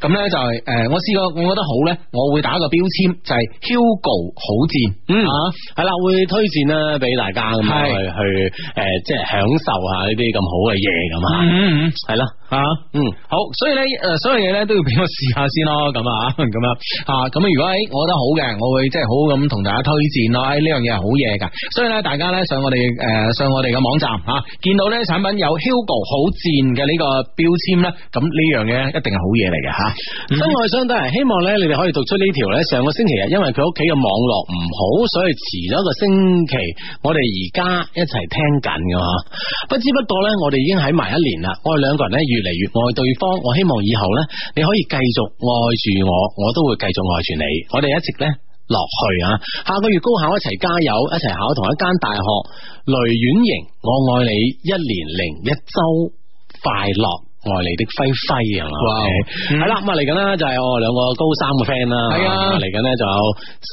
S1: 咁咧就係、誒、我試過，我覺得好咧，我會打個標籤就係、Hugo 好戰，
S2: 嗯
S1: 啊。
S2: 係啦，會推薦啦俾大家咁樣啊
S1: 係
S2: 去去诶，誒即係享受下呢啲咁好嘅嘢咁啊，
S1: 嗯嗯
S2: 係啦，
S1: 嗯啊，
S2: 嗯。
S1: 好，所以咧，诶、所有嘢咧都要俾我試下先咯，咁啊， 咁啊，啊，咁如果诶、我覺得好嘅，我會即係好好咁同大家推薦咯，诶呢樣嘢係好嘢㗎。所以咧，大家咧上我哋诶、誒上我哋嘅網站吓、啊，見到咧產品有 Hugo 好戰嘅呢個標籤咧，咁呢樣嘢一定係好嘢嚟嘅吓。
S2: 真愛相低，希望咧你哋可以讀出呢條咧。上個星期日，啊因為佢屋企嘅網絡唔好，所以遲咗一個星期。我哋而家一齊聽緊嘅吓，不知不覺咧，我哋已經喺埋一年啦。我哋兩個人咧越嚟越愛對方。我希望以後咧，你可以繼續愛住我，我都會繼續愛住你。我哋一直咧。落去啊！下個月高考一齊加油，一齊考同一間大學。雷婉瑩，我愛你一年零一周，快樂愛你的輝輝啊！
S1: 哇嗯
S2: 系啦，咁啊嚟緊啦，就係我兩個高三嘅 friend 啦，
S1: 係啊
S2: 咁嚟緊咧就有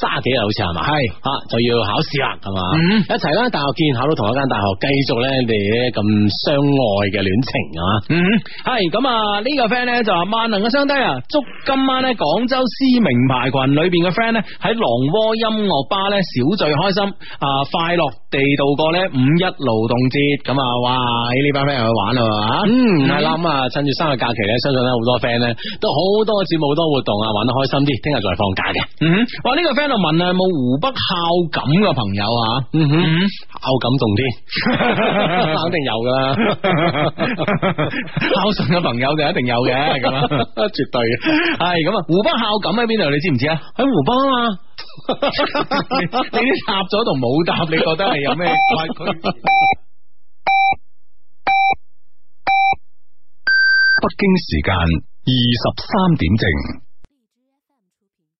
S2: 卅幾日好似係嘛，
S1: 係
S2: 啊就要考試啦，係嘛，
S1: 嗯
S2: 一齊啦，大學見，考到同一間大學，繼續咧你哋咧咁相愛嘅戀情啊，
S1: 嗯，系咁啊！呢、個 friend 咧就話萬能嘅雙低啊，祝今晚咧廣州思名牌群裏边嘅 friend 咧喺狼窩音樂吧咧小聚開心啊，快樂地度過咧五一勞動節咁啊！哇，呢班 friend 又去玩啊啦嘛，
S2: 嗯，係啦，咁啊趁住生日假期咧，相信咧好多 friend 咧都好多節目好多活動啊，玩得開心啲，聽日再放假嘅，
S1: 嗯，哇！呢、個 friend 就問啊，有冇湖北孝感嘅朋友啊？
S2: 嗯哼，好感動 啲，肯定有噶啦，
S1: 孝順嘅朋友就一定有嘅咁 啊，
S2: 絕對嘅
S1: 系咁啊！湖北孝感喺邊度？你知唔知啊？
S2: 喺湖北啊嘛。
S1: 你你啲答咗同冇答，你覺得係有咩怪區別？
S5: 北京时间二十三点正。